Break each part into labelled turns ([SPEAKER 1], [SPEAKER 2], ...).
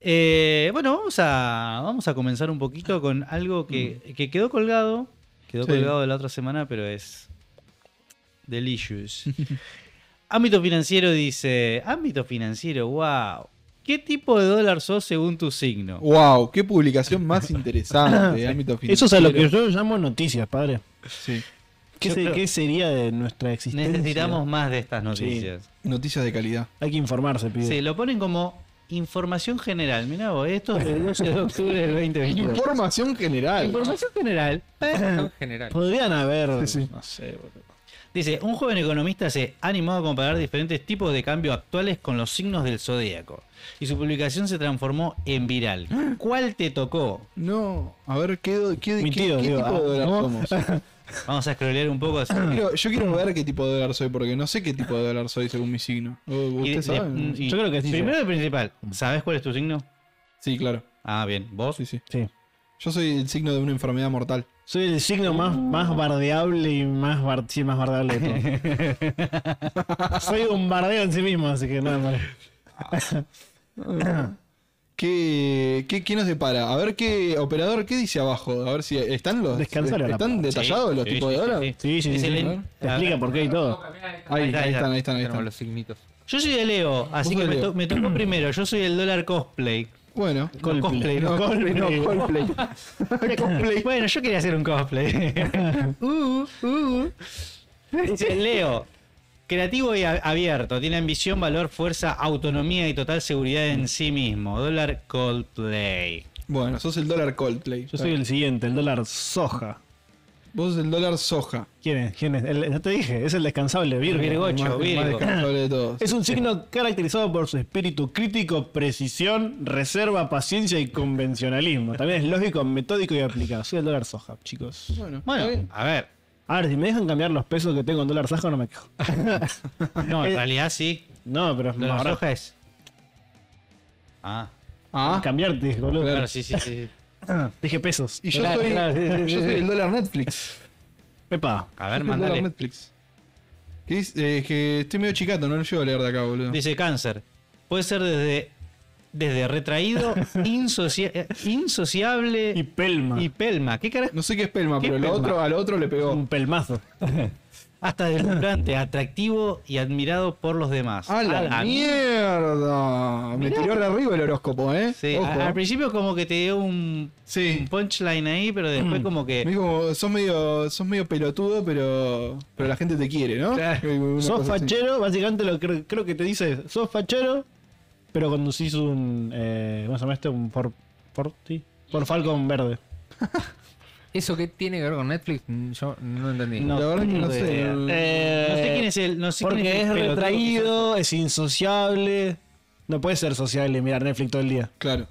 [SPEAKER 1] Eh, bueno, vamos a, vamos a comenzar un poquito con algo que, que quedó colgado. Quedó
[SPEAKER 2] Sí.
[SPEAKER 1] colgado de la otra semana, pero es. Delicious. ámbito financiero dice. Ámbito financiero, wow. ¿Qué tipo de dólar sos según tu signo?
[SPEAKER 2] Wow, qué publicación más interesante de ámbito
[SPEAKER 3] Eso
[SPEAKER 2] financiero.
[SPEAKER 3] es a lo que yo llamo noticias, padre.
[SPEAKER 2] Sí,
[SPEAKER 3] ¿Qué,
[SPEAKER 1] Yo
[SPEAKER 3] se-
[SPEAKER 1] creo-
[SPEAKER 3] qué sería de nuestra existencia?
[SPEAKER 1] Necesitamos más de estas noticias.
[SPEAKER 2] noticias de calidad.
[SPEAKER 3] Hay que informarse,
[SPEAKER 1] Sí,
[SPEAKER 3] pibe.
[SPEAKER 1] lo ponen como información general. Mirá vos, esto es del 12 de octubre del 2022.
[SPEAKER 2] Información general.
[SPEAKER 1] Información general.
[SPEAKER 4] En general.
[SPEAKER 3] Podrían haber.
[SPEAKER 2] Sí, sí.
[SPEAKER 3] No sé, boludo.
[SPEAKER 1] Dice, un joven economista se ha animado a comparar diferentes tipos de cambios actuales con los signos del zodíaco. Y su publicación se transformó en viral. ¿Cuál te tocó?
[SPEAKER 2] No, a ver, ¿qué, do- qué,
[SPEAKER 3] Mi
[SPEAKER 2] qué-
[SPEAKER 3] tío,
[SPEAKER 2] qué
[SPEAKER 3] digo,
[SPEAKER 2] tipo de
[SPEAKER 3] ah,
[SPEAKER 2] dólar
[SPEAKER 3] ¿no?
[SPEAKER 2] somos? Yo
[SPEAKER 1] Vamos a scrollear un poco. así.
[SPEAKER 2] quiero, yo quiero ver qué tipo de dólar soy, porque no sé qué tipo de dólar soy según mi signo.
[SPEAKER 1] Y de- mm.
[SPEAKER 2] ¿Usted
[SPEAKER 1] de-
[SPEAKER 2] sabe?
[SPEAKER 1] y
[SPEAKER 3] Yo creo que sí,
[SPEAKER 1] Primero y principal, ¿sabes cuál es tu signo?
[SPEAKER 2] Sí, claro.
[SPEAKER 1] Ah, bien. ¿Vos?
[SPEAKER 2] Sí, sí.
[SPEAKER 3] Sí.
[SPEAKER 2] Yo soy el signo de una enfermedad mortal.
[SPEAKER 3] Soy el signo más, más bardeable y más, bar- sí, más bardeable de todos. Soy un bardeo en sí mismo, así que nada más.
[SPEAKER 2] ¿Qué, qué, qué nos depara? A ver qué operador, ¿qué dice abajo? A ver si están los
[SPEAKER 3] Descansar a la
[SPEAKER 2] están detallados
[SPEAKER 1] Sí,
[SPEAKER 2] los
[SPEAKER 1] sí,
[SPEAKER 2] tipos de
[SPEAKER 1] sí,
[SPEAKER 2] dólar.
[SPEAKER 1] sí, sí.
[SPEAKER 3] Sí, sí,
[SPEAKER 1] Es
[SPEAKER 3] sí.
[SPEAKER 1] el-
[SPEAKER 3] Te explica por qué y todo.
[SPEAKER 2] Ahí,
[SPEAKER 1] Ahí está,
[SPEAKER 2] ahí
[SPEAKER 1] ahí
[SPEAKER 2] están, ahí están, ahí
[SPEAKER 4] Tenemos
[SPEAKER 2] están.
[SPEAKER 4] los signitos.
[SPEAKER 1] Yo soy de Leo, así
[SPEAKER 2] sos
[SPEAKER 1] que
[SPEAKER 2] de
[SPEAKER 1] me,
[SPEAKER 2] Leo.
[SPEAKER 1] to- me tocó primero. Yo soy el dólar cosplay.
[SPEAKER 2] Bueno,
[SPEAKER 1] No, cosplay, no.
[SPEAKER 3] Coldplay,
[SPEAKER 2] no, Coldplay. Coldplay.
[SPEAKER 1] Bueno, yo quería hacer un cosplay. Uh, uh. Dice, Leo, creativo y a- abierto, tiene ambición, valor, fuerza, autonomía y total seguridad en sí mismo. Dólar Coldplay.
[SPEAKER 2] Bueno, sos el dólar Coldplay.
[SPEAKER 3] Yo soy el siguiente, el dólar soja.
[SPEAKER 2] Vos sos el dólar soja.
[SPEAKER 3] ¿Quién es? ¿Quién es? El- ya te dije, es el descansable, Virgo.
[SPEAKER 1] Virgocho,
[SPEAKER 2] Más, el más
[SPEAKER 1] Virgo.
[SPEAKER 2] descansable de todos.
[SPEAKER 3] Es un signo caracterizado por su espíritu crítico, precisión, reserva, paciencia y convencionalismo. También es lógico, metódico y aplicado. Soy el dólar soja, chicos.
[SPEAKER 2] Bueno, está
[SPEAKER 1] Bueno,
[SPEAKER 2] bien.
[SPEAKER 1] a ver.
[SPEAKER 3] A ver, si me dejan cambiar los pesos que tengo en dólar soja, no me quejo.
[SPEAKER 1] No, en
[SPEAKER 3] Eh,
[SPEAKER 1] realidad sí.
[SPEAKER 3] No, pero es
[SPEAKER 1] Dólar
[SPEAKER 3] más barato.
[SPEAKER 1] roja es. Ah,
[SPEAKER 2] Ah,
[SPEAKER 3] Cambiarte, boludo.
[SPEAKER 1] claro, sí, sí, sí.
[SPEAKER 3] Dije pesos.
[SPEAKER 2] y yo
[SPEAKER 3] Claro,
[SPEAKER 2] soy,
[SPEAKER 3] claro, sí, sí,
[SPEAKER 2] yo
[SPEAKER 3] sí,
[SPEAKER 2] soy
[SPEAKER 3] sí.
[SPEAKER 2] el dólar Netflix.
[SPEAKER 3] Pepa.
[SPEAKER 1] A
[SPEAKER 2] Soy
[SPEAKER 1] ver,
[SPEAKER 2] el dólar
[SPEAKER 1] mandale.
[SPEAKER 2] Netflix. Que es, eh, que estoy medio chicato, no lo llevo a leer de acá, boludo.
[SPEAKER 1] Dice cáncer. Puede ser desde, desde retraído, insocia- eh, insociable
[SPEAKER 3] Y
[SPEAKER 1] y,
[SPEAKER 3] pelma.
[SPEAKER 1] pelma. ¿Qué carajo?
[SPEAKER 2] No sé qué es Pelma,
[SPEAKER 1] ¿Qué
[SPEAKER 2] pero lo
[SPEAKER 1] Pelma?
[SPEAKER 2] otro, al otro le pegó.
[SPEAKER 3] un pelmazo.
[SPEAKER 1] Hasta deslumbrante, atractivo y admirado por los demás. Ah,
[SPEAKER 2] ¡A la, mierda! Me tiró de arriba el horóscopo, ¿eh?
[SPEAKER 1] Sí,
[SPEAKER 2] Ojo.
[SPEAKER 3] Ah,
[SPEAKER 1] a- al principio como que te dio un,
[SPEAKER 2] Sí.
[SPEAKER 1] un punchline ahí, pero después como que...
[SPEAKER 2] Me dijo, sos medio, sos medio pelotudo, pero, pero la gente te quiere, ¿no?
[SPEAKER 1] Claro.
[SPEAKER 2] Una
[SPEAKER 3] Sos
[SPEAKER 2] cosa así.
[SPEAKER 3] fachero, básicamente lo que creo que te dice es, sos fachero, pero conducís un, eh, ¿cómo se llama este? Un por, por, sí, por Falcon verde.
[SPEAKER 4] ¿Eso qué tiene que ver con Netflix? Mm, Yo no entendí.
[SPEAKER 2] La verdad que no
[SPEAKER 3] tengo
[SPEAKER 2] sé.
[SPEAKER 3] idea. Eh,
[SPEAKER 1] No sé quién es el... No sé quién
[SPEAKER 3] Porque
[SPEAKER 1] el
[SPEAKER 3] es
[SPEAKER 1] pelotudo
[SPEAKER 3] retraído, es insociable. No puede ser sociable y mirar Netflix todo el día.
[SPEAKER 2] Claro.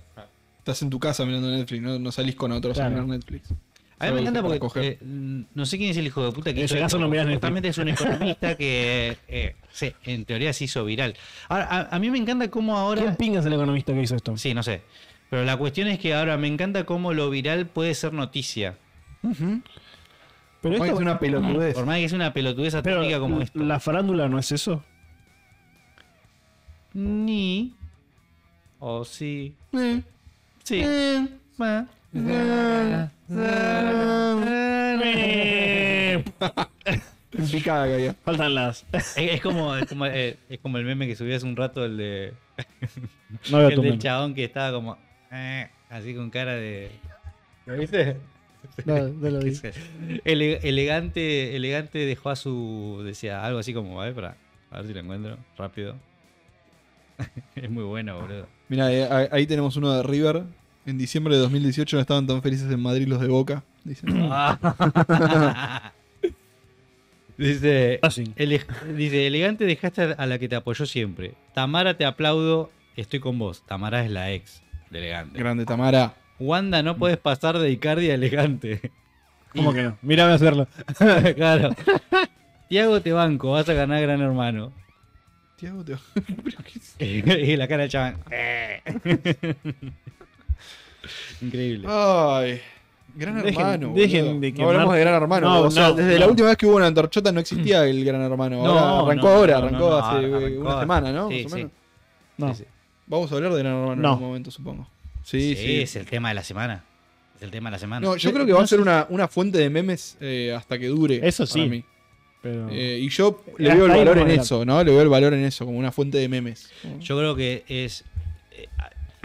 [SPEAKER 2] Estás en tu casa mirando Netflix, no, no salís con otros
[SPEAKER 3] Claro.
[SPEAKER 2] a mirar Netflix.
[SPEAKER 1] que- A mí me
[SPEAKER 2] Solo
[SPEAKER 1] encanta porque...
[SPEAKER 2] para coger.
[SPEAKER 1] eh, no sé quién es el hijo de puta que
[SPEAKER 3] En ese
[SPEAKER 1] hizo
[SPEAKER 3] caso
[SPEAKER 1] esto,
[SPEAKER 3] no mirás
[SPEAKER 1] porque Justamente
[SPEAKER 3] Netflix.
[SPEAKER 1] es un economista que eh, se- en teoría se hizo viral. Ahora, a, a mí me encanta cómo
[SPEAKER 3] ¿Quién
[SPEAKER 1] ahora...
[SPEAKER 3] pinga es el economista que hizo esto?
[SPEAKER 1] Sí, no sé. Pero la cuestión es que ahora me encanta cómo lo viral puede ser noticia.
[SPEAKER 3] Pero,
[SPEAKER 2] Como
[SPEAKER 3] esto-
[SPEAKER 2] que es una pelotudez.
[SPEAKER 1] Por más que es una pelotudez
[SPEAKER 3] pero
[SPEAKER 1] atómica como esto.
[SPEAKER 3] la farándula no es eso.
[SPEAKER 1] Ni. O sí.
[SPEAKER 2] Eh,
[SPEAKER 1] Sí.
[SPEAKER 2] eh,
[SPEAKER 1] Ma.
[SPEAKER 3] Eh,
[SPEAKER 2] en picada caía.
[SPEAKER 3] Faltan las.
[SPEAKER 1] Es, es como, es, como, eh, es como el meme que subí hace un rato, el, de,
[SPEAKER 3] No veo
[SPEAKER 1] el
[SPEAKER 3] tu
[SPEAKER 1] del
[SPEAKER 3] meme.
[SPEAKER 1] chabón que estaba como. eh, así con cara de.
[SPEAKER 3] No, no lo vi.
[SPEAKER 1] Ele- elegante, elegante dejó a su. Decía algo así como. A ver, para, a ver si lo encuentro rápido. es muy bueno, boludo.
[SPEAKER 2] Mira, ahí, eh, ahí tenemos uno de River. En diciembre de 2018 no estaban tan felices en Madrid los de Boca. Dicen. "Ah,
[SPEAKER 1] Dice,
[SPEAKER 3] Racing.
[SPEAKER 1] ele- dice, elegante dejaste a la que te apoyó siempre. Tamara, te aplaudo, estoy con vos. Tamara es la ex de elegante.
[SPEAKER 2] Grande Tamara.
[SPEAKER 1] Wanda, no puedes pasar de Icardi a elegante.
[SPEAKER 3] ¿Cómo que no? Mírame hacerlo.
[SPEAKER 1] claro. Tiago, te banco, vas a ganar gran hermano.
[SPEAKER 2] Tiago, te ¿Pero qué es?
[SPEAKER 1] y la cara del chabón. Increíble.
[SPEAKER 2] Ay. Gran
[SPEAKER 3] Dejen-
[SPEAKER 2] hermano. boludo.
[SPEAKER 3] dejen de
[SPEAKER 2] no hablamos
[SPEAKER 3] quemar-
[SPEAKER 2] de Gran Hermano.
[SPEAKER 3] No,
[SPEAKER 2] o sea,
[SPEAKER 3] no,
[SPEAKER 2] desde
[SPEAKER 3] no.
[SPEAKER 2] la última vez que hubo una antorchota no existía el Gran Hermano.
[SPEAKER 1] No,
[SPEAKER 2] Ahora arrancó
[SPEAKER 1] no,
[SPEAKER 2] ahora,
[SPEAKER 1] no,
[SPEAKER 2] arrancó
[SPEAKER 1] no, no,
[SPEAKER 2] hace eh,
[SPEAKER 1] arrancó
[SPEAKER 2] una
[SPEAKER 1] hace-
[SPEAKER 2] semana, ¿no?
[SPEAKER 1] sí,
[SPEAKER 2] Más o
[SPEAKER 1] sí.
[SPEAKER 2] menos.
[SPEAKER 3] No.
[SPEAKER 1] Sí, sí.
[SPEAKER 2] Vamos a hablar de Gran Hermano
[SPEAKER 3] No.
[SPEAKER 2] en un momento, supongo. Sí, sí.
[SPEAKER 1] es el tema de la semana. Es el tema de la
[SPEAKER 3] Ah,
[SPEAKER 1] semana.
[SPEAKER 2] No, yo creo que va a ser una, una fuente de memes eh, hasta que dure.
[SPEAKER 3] Eso
[SPEAKER 2] para
[SPEAKER 3] sí.
[SPEAKER 2] mí.
[SPEAKER 3] Pero...
[SPEAKER 2] Eh, y yo le
[SPEAKER 3] Hasta
[SPEAKER 2] veo el
[SPEAKER 3] ahí
[SPEAKER 2] valor en
[SPEAKER 3] vamos a
[SPEAKER 2] eso, ¿no? Le veo el valor en eso, como una fuente de memes.
[SPEAKER 1] Yo creo que es. eh,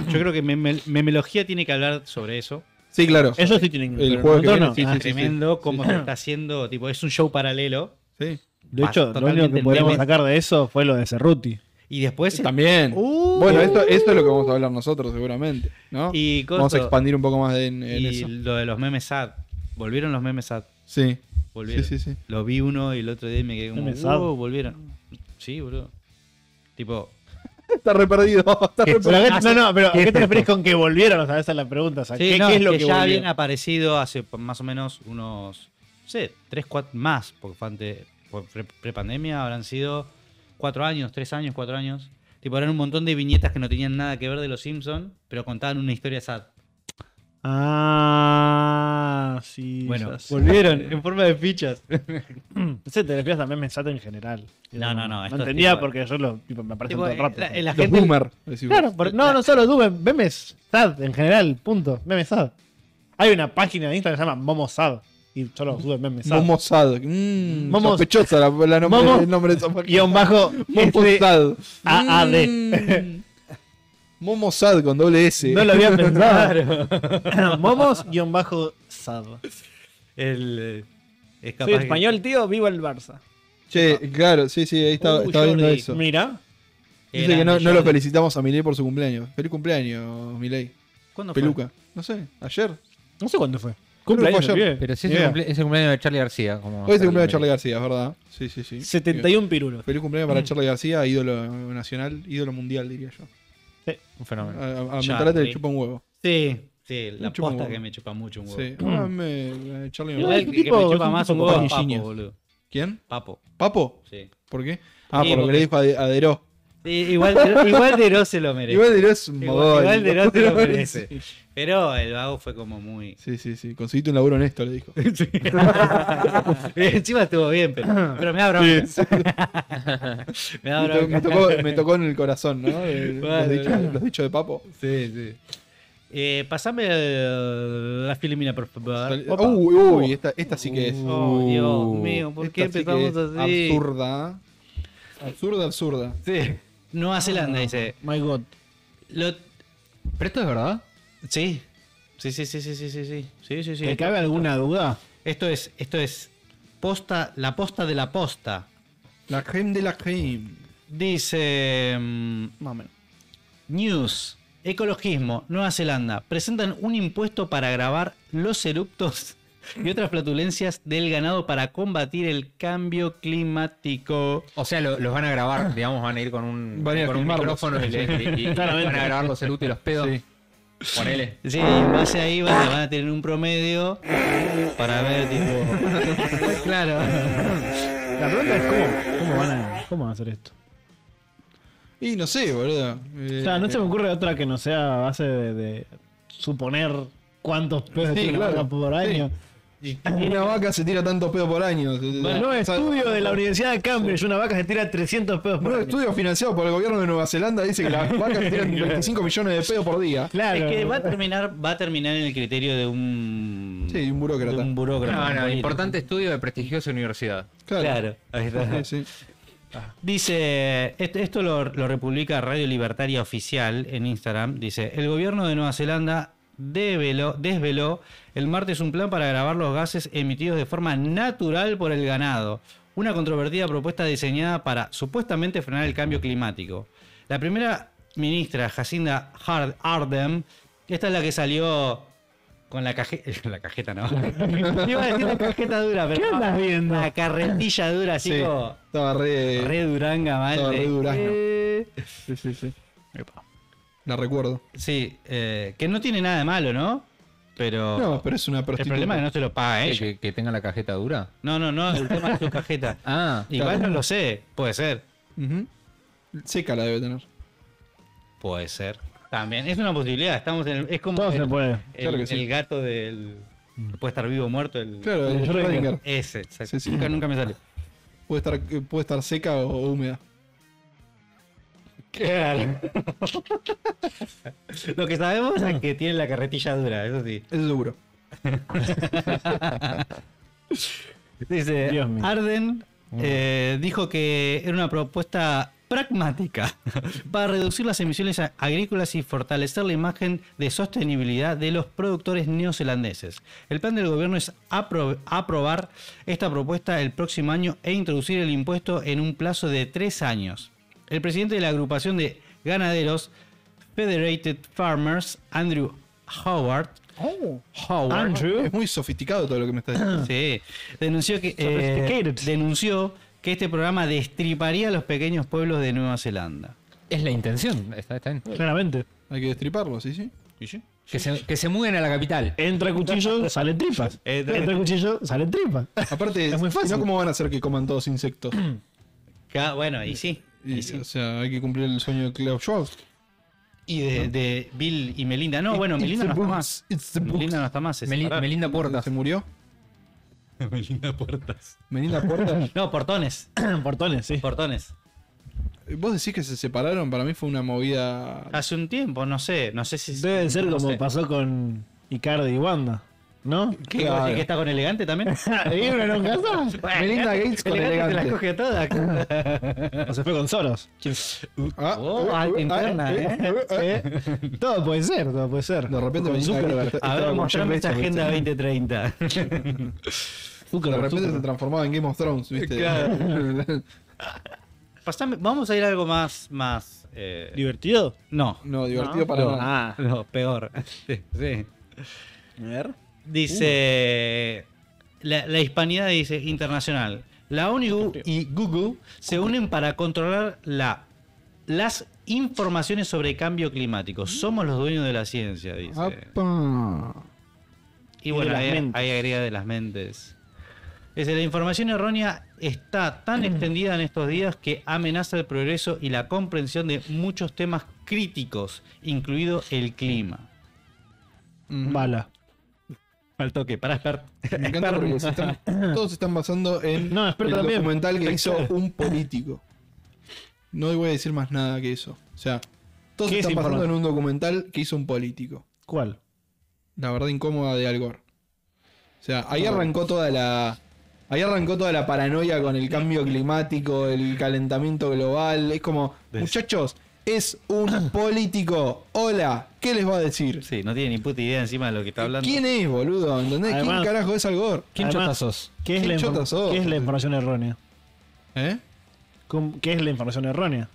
[SPEAKER 1] yo creo que Meme- Memelogía tiene que hablar sobre eso.
[SPEAKER 2] Sí, claro.
[SPEAKER 3] Eso sí tienen
[SPEAKER 2] El
[SPEAKER 3] pero
[SPEAKER 2] juego que
[SPEAKER 3] nosotros
[SPEAKER 2] viene,
[SPEAKER 3] no.
[SPEAKER 2] Ah, sí,
[SPEAKER 1] es tremendo cómo se está haciendo. Tipo, es un show paralelo.
[SPEAKER 2] Sí.
[SPEAKER 3] De hecho, lo único
[SPEAKER 1] Totalmente
[SPEAKER 3] que podríamos
[SPEAKER 1] meme.
[SPEAKER 3] sacar de eso fue lo de Cerruti.
[SPEAKER 1] Y después.
[SPEAKER 2] También.
[SPEAKER 3] Uh.
[SPEAKER 2] bueno, esto, esto es lo que vamos a hablar nosotros, seguramente. ¿no?
[SPEAKER 1] Y
[SPEAKER 2] vamos a
[SPEAKER 1] coso,
[SPEAKER 2] expandir un poco más en, en
[SPEAKER 1] y
[SPEAKER 2] eso.
[SPEAKER 1] lo de los memes sad. Volvieron los memes sad.
[SPEAKER 2] Sí.
[SPEAKER 1] Volvieron.
[SPEAKER 2] Sí, sí, sí.
[SPEAKER 1] Lo vi uno y el otro día y me quedé como.
[SPEAKER 3] Memes sad.
[SPEAKER 1] "Wow, volvieron. Sí, boludo. Tipo,
[SPEAKER 2] Está re perdido. Está re perdido.
[SPEAKER 3] Pero, ¿a qué- no, no, pero ¿a
[SPEAKER 4] ¿Qué
[SPEAKER 3] qué,
[SPEAKER 4] es
[SPEAKER 3] te
[SPEAKER 4] esto?
[SPEAKER 3] referís con que volvieron? O sea, esa es la pregunta. O sea,
[SPEAKER 1] Sí,
[SPEAKER 3] ¿qué,
[SPEAKER 1] no,
[SPEAKER 3] qué es lo que,
[SPEAKER 1] ya
[SPEAKER 3] volvió?
[SPEAKER 1] habían aparecido hace p- más o menos unos, no sé, tres, cuatro más, porque fue ante- fue pre- prepandemia, habrán sido cuatro años, tres años, cuatro años. Tipo, eran un montón de viñetas que no tenían nada que ver de los Simpsons, pero contaban una historia sad.
[SPEAKER 3] Ah, sí.
[SPEAKER 1] Bueno,
[SPEAKER 3] ya sé. volvieron en forma de fichas. no sé, te refieres a memes chat en general.
[SPEAKER 1] No, no, no, esto
[SPEAKER 3] No
[SPEAKER 1] es
[SPEAKER 3] entendía
[SPEAKER 1] tipo-
[SPEAKER 3] porque yo lo, tipo, me aparecen
[SPEAKER 1] Tipo,
[SPEAKER 3] todo el rato.
[SPEAKER 1] la, la
[SPEAKER 2] Los
[SPEAKER 1] gente,
[SPEAKER 2] boomer. decimos.
[SPEAKER 3] Claro, por- no, no solo tuve memes sad en general, punto. Memes sad. Hay una página de Instagram que se llama Momo sad y solo sube memes sad.
[SPEAKER 2] Momo Sad. Mm,
[SPEAKER 3] Momo-
[SPEAKER 2] Sospechosa la, la nombre,
[SPEAKER 3] Momo-
[SPEAKER 2] el nombre de esa página.
[SPEAKER 3] Guión bajo este,
[SPEAKER 2] Momo
[SPEAKER 3] SD.
[SPEAKER 2] Sad.
[SPEAKER 3] AAD.
[SPEAKER 2] Mm. Momo Sad con doble S.
[SPEAKER 3] No lo había pensado. Momos-sad.
[SPEAKER 1] el, eh, es capaz
[SPEAKER 5] Soy
[SPEAKER 1] que-
[SPEAKER 5] español, tío, viva el Barça.
[SPEAKER 2] Che, claro, sí, sí, ahí estaba,
[SPEAKER 1] Uh,
[SPEAKER 2] estaba viendo
[SPEAKER 1] Jordi.
[SPEAKER 2] eso.
[SPEAKER 3] Mira.
[SPEAKER 2] Dice
[SPEAKER 1] Grande,
[SPEAKER 2] que no, no lo
[SPEAKER 1] Jordi.
[SPEAKER 2] felicitamos a Milei por su cumpleaños. Feliz cumpleaños, Milei.
[SPEAKER 1] ¿Cuándo fue?
[SPEAKER 2] Peluca. No sé, ayer.
[SPEAKER 3] No sé cuándo fue.
[SPEAKER 2] Cumpleaños
[SPEAKER 3] Creo que
[SPEAKER 2] del
[SPEAKER 3] fue ayer.
[SPEAKER 4] Pero si es,
[SPEAKER 3] Ni
[SPEAKER 4] el
[SPEAKER 3] idea.
[SPEAKER 4] cumple- es el cumpleaños de Charlie García. Como
[SPEAKER 2] Hoy es el cumpleaños de Charlie García, es verdad. Sí, sí, sí.
[SPEAKER 5] 71 pirulos.
[SPEAKER 2] Feliz cumpleaños
[SPEAKER 1] Mm.
[SPEAKER 2] para Charlie García, ídolo nacional, ídolo mundial, diría yo.
[SPEAKER 4] Un fenómeno.
[SPEAKER 2] A, a, a
[SPEAKER 1] Charlie.
[SPEAKER 2] Metalate le chupa un huevo.
[SPEAKER 1] Sí, sí, la
[SPEAKER 2] Me chupa un
[SPEAKER 1] posta
[SPEAKER 2] huevo.
[SPEAKER 1] que me chupa mucho un huevo.
[SPEAKER 2] Sí. Ah, me- eh, Charlie me-
[SPEAKER 1] Igual
[SPEAKER 3] Igual,
[SPEAKER 1] que,
[SPEAKER 3] tipo,
[SPEAKER 1] que me
[SPEAKER 3] es
[SPEAKER 1] chupa
[SPEAKER 3] un
[SPEAKER 1] más un
[SPEAKER 3] poco
[SPEAKER 1] huevo es Papo,
[SPEAKER 2] pajiñinho.
[SPEAKER 1] boludo.
[SPEAKER 2] ¿Quién?
[SPEAKER 1] Papo,
[SPEAKER 2] ¿Papo?
[SPEAKER 1] sí.
[SPEAKER 2] ¿por qué? Ah,
[SPEAKER 1] Sí,
[SPEAKER 2] por lo que
[SPEAKER 1] porque-
[SPEAKER 2] le dijo a De- a Deró.
[SPEAKER 1] Sí, Igual, igual Deró se lo merece.
[SPEAKER 2] Igual Deró es un
[SPEAKER 1] Igual,
[SPEAKER 2] mogol.
[SPEAKER 1] igual de no te lo merece.
[SPEAKER 2] Sí,
[SPEAKER 1] Pero el vago fue como muy.
[SPEAKER 2] Sí, sí, sí. Conseguiste un laburo honesto, le dijo.
[SPEAKER 1] Encima estuvo bien, pero, pero me da bronca. me da
[SPEAKER 2] Me, to- me
[SPEAKER 1] bronca.
[SPEAKER 2] tocó, me tocó en el corazón, ¿no? Eh,
[SPEAKER 1] Bueno,
[SPEAKER 2] los, dichos,
[SPEAKER 1] no.
[SPEAKER 2] los dichos de Papo.
[SPEAKER 1] Sí, sí. Eh, pasame el- la filmina, por favor.
[SPEAKER 2] Sal- uh,
[SPEAKER 1] Opa.
[SPEAKER 2] Uy, uy, esta, esta sí que es.
[SPEAKER 1] Oh, Dios mío, ¿por
[SPEAKER 2] Esta
[SPEAKER 1] qué
[SPEAKER 2] sí que
[SPEAKER 1] empezamos
[SPEAKER 2] es
[SPEAKER 1] así?
[SPEAKER 2] Absurda. Absurda, absurda.
[SPEAKER 1] Sí. Nueva Zelanda dice.
[SPEAKER 3] My God.
[SPEAKER 1] Lo-
[SPEAKER 4] ¿Pero esto es verdad?
[SPEAKER 1] Sí. Sí, sí, sí, sí, sí, sí, sí. Sí, sí, sí.
[SPEAKER 3] ¿Te cabe alguna duda?
[SPEAKER 1] Esto es, esto es posta, la posta de la posta.
[SPEAKER 2] La creme de la creme.
[SPEAKER 1] Dice. mm, News. Ecologismo. Nueva Zelanda. Presentan un impuesto para grabar los eructos y otras flatulencias del ganado para combatir el cambio climático.
[SPEAKER 4] O sea, lo- los van a grabar, digamos, van a ir con un,
[SPEAKER 2] Van a ir a
[SPEAKER 4] con un
[SPEAKER 2] filmarlos.
[SPEAKER 4] micrófono y, le- y- y- y van a grabar los eructos y los pedos. Ponele.
[SPEAKER 1] Sí, en base ahí van a, van a tener un promedio para ver, tipo. claro.
[SPEAKER 3] La pregunta es cómo. ¿Cómo van a, cómo van a hacer esto?
[SPEAKER 2] Y no sé, boludo. Eh,
[SPEAKER 3] O sea, no se me ocurre otra que no sea a base de, de suponer cuántos pesos
[SPEAKER 2] Sí,
[SPEAKER 3] tiene una
[SPEAKER 2] claro.
[SPEAKER 3] vaca por
[SPEAKER 2] Sí.
[SPEAKER 3] año.
[SPEAKER 2] y- Una vaca se tira tantos pedos por año.
[SPEAKER 3] Un nuevo
[SPEAKER 2] O sea,
[SPEAKER 3] estudio de la Universidad de Cambridge, una vaca se tira 300
[SPEAKER 2] Un
[SPEAKER 3] pesos por
[SPEAKER 2] nuevo
[SPEAKER 3] año.
[SPEAKER 2] estudio financiado por el gobierno de Nueva Zelanda dice que las vacas se tiran 25 millones de pedos por día.
[SPEAKER 3] Claro.
[SPEAKER 1] Es que va a terminar, va a terminar en el criterio de un.
[SPEAKER 2] Sí, un burócrata.
[SPEAKER 1] de un
[SPEAKER 4] No,
[SPEAKER 1] burócrata.
[SPEAKER 4] no,
[SPEAKER 1] un político.
[SPEAKER 4] importante estudio de prestigiosa universidad.
[SPEAKER 1] Claro, ahí está.
[SPEAKER 2] Sí, sí.
[SPEAKER 1] Dice, esto, esto lo, lo republica Radio Libertaria Oficial en Instagram, dice, el gobierno de Nueva Zelanda develó- desveló el martes un plan para grabar los gases emitidos de forma natural por el ganado, una controvertida propuesta diseñada para supuestamente frenar el cambio climático. La primera ministra, Jacinda Hard Ardern, esta es la que salió con la cajeta, la cajeta no, iba a decir la cajeta dura, pero
[SPEAKER 3] ¿Qué andas viendo?
[SPEAKER 1] la carretilla dura,
[SPEAKER 2] Sí.
[SPEAKER 1] chico.
[SPEAKER 2] Estaba re.
[SPEAKER 1] Re Duranga, mal.
[SPEAKER 2] estaba
[SPEAKER 1] de-
[SPEAKER 2] re durazno.
[SPEAKER 1] Eh,
[SPEAKER 2] Sí, sí, sí. La recuerdo.
[SPEAKER 1] Sí, eh, que no tiene nada de malo, ¿no? Pero
[SPEAKER 2] No, pero es una
[SPEAKER 1] el
[SPEAKER 2] prostituta.
[SPEAKER 1] problema es que no se lo paga
[SPEAKER 4] Eh,
[SPEAKER 1] ella.
[SPEAKER 4] Que, que tenga la cajeta dura.
[SPEAKER 1] No, no, no, el tema es su cajeta.
[SPEAKER 4] Ah,
[SPEAKER 1] Igual no lo sé, puede ser.
[SPEAKER 2] Ujú. Seca la debe tener.
[SPEAKER 1] Puede ser. También, es una posibilidad, estamos en el- es como
[SPEAKER 3] Todo
[SPEAKER 1] el,
[SPEAKER 3] se puede.
[SPEAKER 1] el-
[SPEAKER 2] Claro que sí. Mm.
[SPEAKER 1] el gato del puede estar vivo o muerto, el
[SPEAKER 2] Claro,
[SPEAKER 3] El
[SPEAKER 2] el
[SPEAKER 3] Schrödinger.
[SPEAKER 2] Schrödinger.
[SPEAKER 1] ese, exacto.
[SPEAKER 2] Sí, sí.
[SPEAKER 1] Nunca, nunca me sale.
[SPEAKER 2] eh, Puede estar, puede estar seca o, o húmeda.
[SPEAKER 1] Claro. Lo que sabemos es que tiene la carretilla dura, eso sí.
[SPEAKER 2] Eso seguro.
[SPEAKER 1] Dice,
[SPEAKER 3] Dios mío.
[SPEAKER 1] Arden eh, dijo que era una propuesta pragmática para reducir las emisiones a- agrícolas y fortalecer la imagen de sostenibilidad de los productores neozelandeses. El plan del gobierno es apro- aprobar esta propuesta el próximo año e introducir el impuesto en un plazo de tres años. El presidente de la agrupación de ganaderos Federated Farmers, Andrew Howard,
[SPEAKER 5] Oh.
[SPEAKER 1] Howard
[SPEAKER 2] Es muy sofisticado todo lo que me está diciendo.
[SPEAKER 1] Sí. Denunció que, eh,
[SPEAKER 3] Sophisticated.
[SPEAKER 1] denunció que este programa destriparía a los pequeños pueblos de Nueva Zelanda.
[SPEAKER 4] Es la intención. Está, está bien.
[SPEAKER 3] Claramente.
[SPEAKER 2] Hay que destriparlo, ¿sí, sí?
[SPEAKER 4] Que se, que se muden a la capital.
[SPEAKER 3] Entra cuchillo, salen tripas.
[SPEAKER 2] Eh,
[SPEAKER 1] Entra-
[SPEAKER 3] Entra cuchillo, salen tripas.
[SPEAKER 2] Aparte,
[SPEAKER 3] Es muy
[SPEAKER 2] si
[SPEAKER 3] fácil.
[SPEAKER 2] no, ¿cómo van a hacer que coman todos insectos?
[SPEAKER 1] Ca- ah, Bueno, y sí.
[SPEAKER 2] Y, O sea, hay que cumplir el sueño de Klaus Schwab.
[SPEAKER 1] Y de, de Bill y Melinda. No, bueno,
[SPEAKER 2] It's
[SPEAKER 1] Melinda no
[SPEAKER 2] the
[SPEAKER 1] está
[SPEAKER 2] books,
[SPEAKER 1] más.
[SPEAKER 2] it's the
[SPEAKER 1] Melinda no está más. se
[SPEAKER 4] Meli-
[SPEAKER 1] separaron.
[SPEAKER 4] Melinda Puertas.
[SPEAKER 2] ¿Se murió?
[SPEAKER 1] Melinda Puertas.
[SPEAKER 2] Melinda Puertas.
[SPEAKER 1] No, portones.
[SPEAKER 3] Portones, sí.
[SPEAKER 1] Portones.
[SPEAKER 2] Vos decís que se separaron, para mí fue una movida.
[SPEAKER 1] Hace un tiempo, no sé. No sé si.
[SPEAKER 3] Deben ser
[SPEAKER 1] no
[SPEAKER 3] como
[SPEAKER 1] sé.
[SPEAKER 3] pasó con Icardi y Wanda, ¿no?
[SPEAKER 1] ¿Qué,
[SPEAKER 2] Claro.
[SPEAKER 1] ¿Y que está con elegante también?
[SPEAKER 3] ¿Y una no casó?
[SPEAKER 2] Melinda Gates con
[SPEAKER 1] te
[SPEAKER 2] Elegante.
[SPEAKER 1] las coge todas.
[SPEAKER 3] O se fue con Soros.
[SPEAKER 2] Ah,
[SPEAKER 1] Oh,
[SPEAKER 2] eh,
[SPEAKER 1] alta
[SPEAKER 2] eh,
[SPEAKER 1] interna,
[SPEAKER 2] eh, eh, eh.
[SPEAKER 3] ¿Eh? Todo puede ser, todo puede ser.
[SPEAKER 2] De repente
[SPEAKER 3] con
[SPEAKER 2] Melinda
[SPEAKER 3] Zuckerberg.
[SPEAKER 2] Gates está-
[SPEAKER 1] A ver,
[SPEAKER 2] estaba con Jeff
[SPEAKER 1] mostrame esa
[SPEAKER 2] Bezos,
[SPEAKER 1] agenda 2030.
[SPEAKER 2] De
[SPEAKER 3] Zuckerberg,
[SPEAKER 2] repente se
[SPEAKER 3] Zuckerberg.
[SPEAKER 2] transformaba en Game of Thrones, ¿viste?
[SPEAKER 1] Pasame- vamos a ir a algo más. más eh,
[SPEAKER 5] ¿Divertido?
[SPEAKER 1] no.
[SPEAKER 2] no, divertido para
[SPEAKER 1] no.
[SPEAKER 2] nada.
[SPEAKER 5] Ah.
[SPEAKER 1] No, peor. Sí, sí.
[SPEAKER 5] A ver.
[SPEAKER 1] Dice. La, la hispanidad dice internacional. La ONU y Google se unen para controlar la, las informaciones sobre cambio climático. Somos los dueños de la ciencia, dice.
[SPEAKER 2] Ah, Apa.
[SPEAKER 1] Y bueno,
[SPEAKER 3] de las
[SPEAKER 1] ahí,
[SPEAKER 3] mentes.
[SPEAKER 1] ahí agrega de las mentes. Dice, la información errónea está tan extendida en estos días que amenaza el progreso y la comprensión de muchos temas críticos, incluido el clima.
[SPEAKER 2] Ujú.
[SPEAKER 3] Bala.
[SPEAKER 1] Al toque, para expert.
[SPEAKER 2] Me encanta porque se están- todos se están basando en
[SPEAKER 3] No,
[SPEAKER 2] el
[SPEAKER 3] espero también.
[SPEAKER 2] documental que hizo un político. No voy a decir más nada que eso. O sea, todos
[SPEAKER 3] ¿Qué
[SPEAKER 2] se
[SPEAKER 3] es
[SPEAKER 2] están basando en
[SPEAKER 3] informal?
[SPEAKER 2] un documental que hizo un político.
[SPEAKER 3] ¿Cuál?
[SPEAKER 2] La verdad incómoda de Al Gore. O sea, ahí arrancó toda la. Ahí arrancó toda la paranoia con el cambio climático, el calentamiento global. Es como, muchachos, es un político. Hola, ¿qué les va a decir?
[SPEAKER 1] Sí, no tiene ni puta idea encima de lo que está hablando.
[SPEAKER 2] ¿Quién es, boludo? ¿Entendés?
[SPEAKER 3] Además-
[SPEAKER 2] ¿Quién carajo es Al Gore?
[SPEAKER 4] ¿Quién
[SPEAKER 3] Además,
[SPEAKER 4] chota sos?
[SPEAKER 3] ¿Qué es,
[SPEAKER 2] ¿Qué
[SPEAKER 3] la, infor-
[SPEAKER 2] chotas sos?
[SPEAKER 3] ¿Qué es la información errónea?
[SPEAKER 2] ¿Eh?
[SPEAKER 3] ¿Cómo- ¿Qué es la información errónea?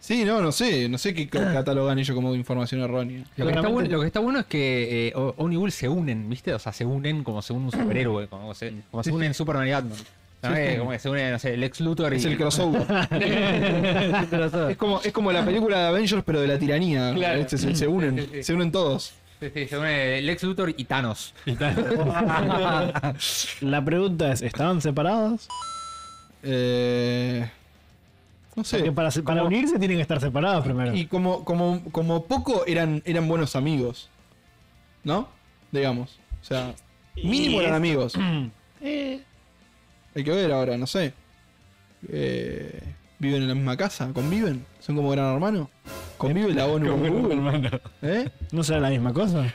[SPEAKER 2] Sí, no, no sé. No sé qué ca- catalogan ellos como información errónea.
[SPEAKER 4] Lo que, está
[SPEAKER 3] claramente-
[SPEAKER 4] bueno, lo que está bueno es que eh, O- Omni Bull se unen, ¿viste? O sea, se unen como se une un superhéroe, como se, como se unen Superman y Batman. ¿No? Eh, Como que se unen, no sé, Lex Luthor y.
[SPEAKER 2] Es el crossover. es, como, es como la película de Avengers, pero de la tiranía.
[SPEAKER 4] Claro.
[SPEAKER 2] Este, se, se unen, se unen todos.
[SPEAKER 4] Sí, sí, se une Lex Luthor y Thanos.
[SPEAKER 3] La pregunta es, ¿estaban separados?
[SPEAKER 2] Eh, no sé.
[SPEAKER 3] Porque para, se- para
[SPEAKER 2] como-
[SPEAKER 3] unirse tienen que estar separados primero.
[SPEAKER 2] Y como, como, como poco eran, eran buenos amigos. ¿No? Digamos. O sea, mínimo
[SPEAKER 3] Y
[SPEAKER 2] eran
[SPEAKER 3] es-
[SPEAKER 2] amigos.
[SPEAKER 3] Eh,
[SPEAKER 2] Hay que ver ahora, no sé. Eh, ¿Viven en la misma casa? ¿Conviven? ¿Son como gran hermano? ¿Convive la ONU con Google? ¿Eh?
[SPEAKER 3] ¿No será la misma cosa?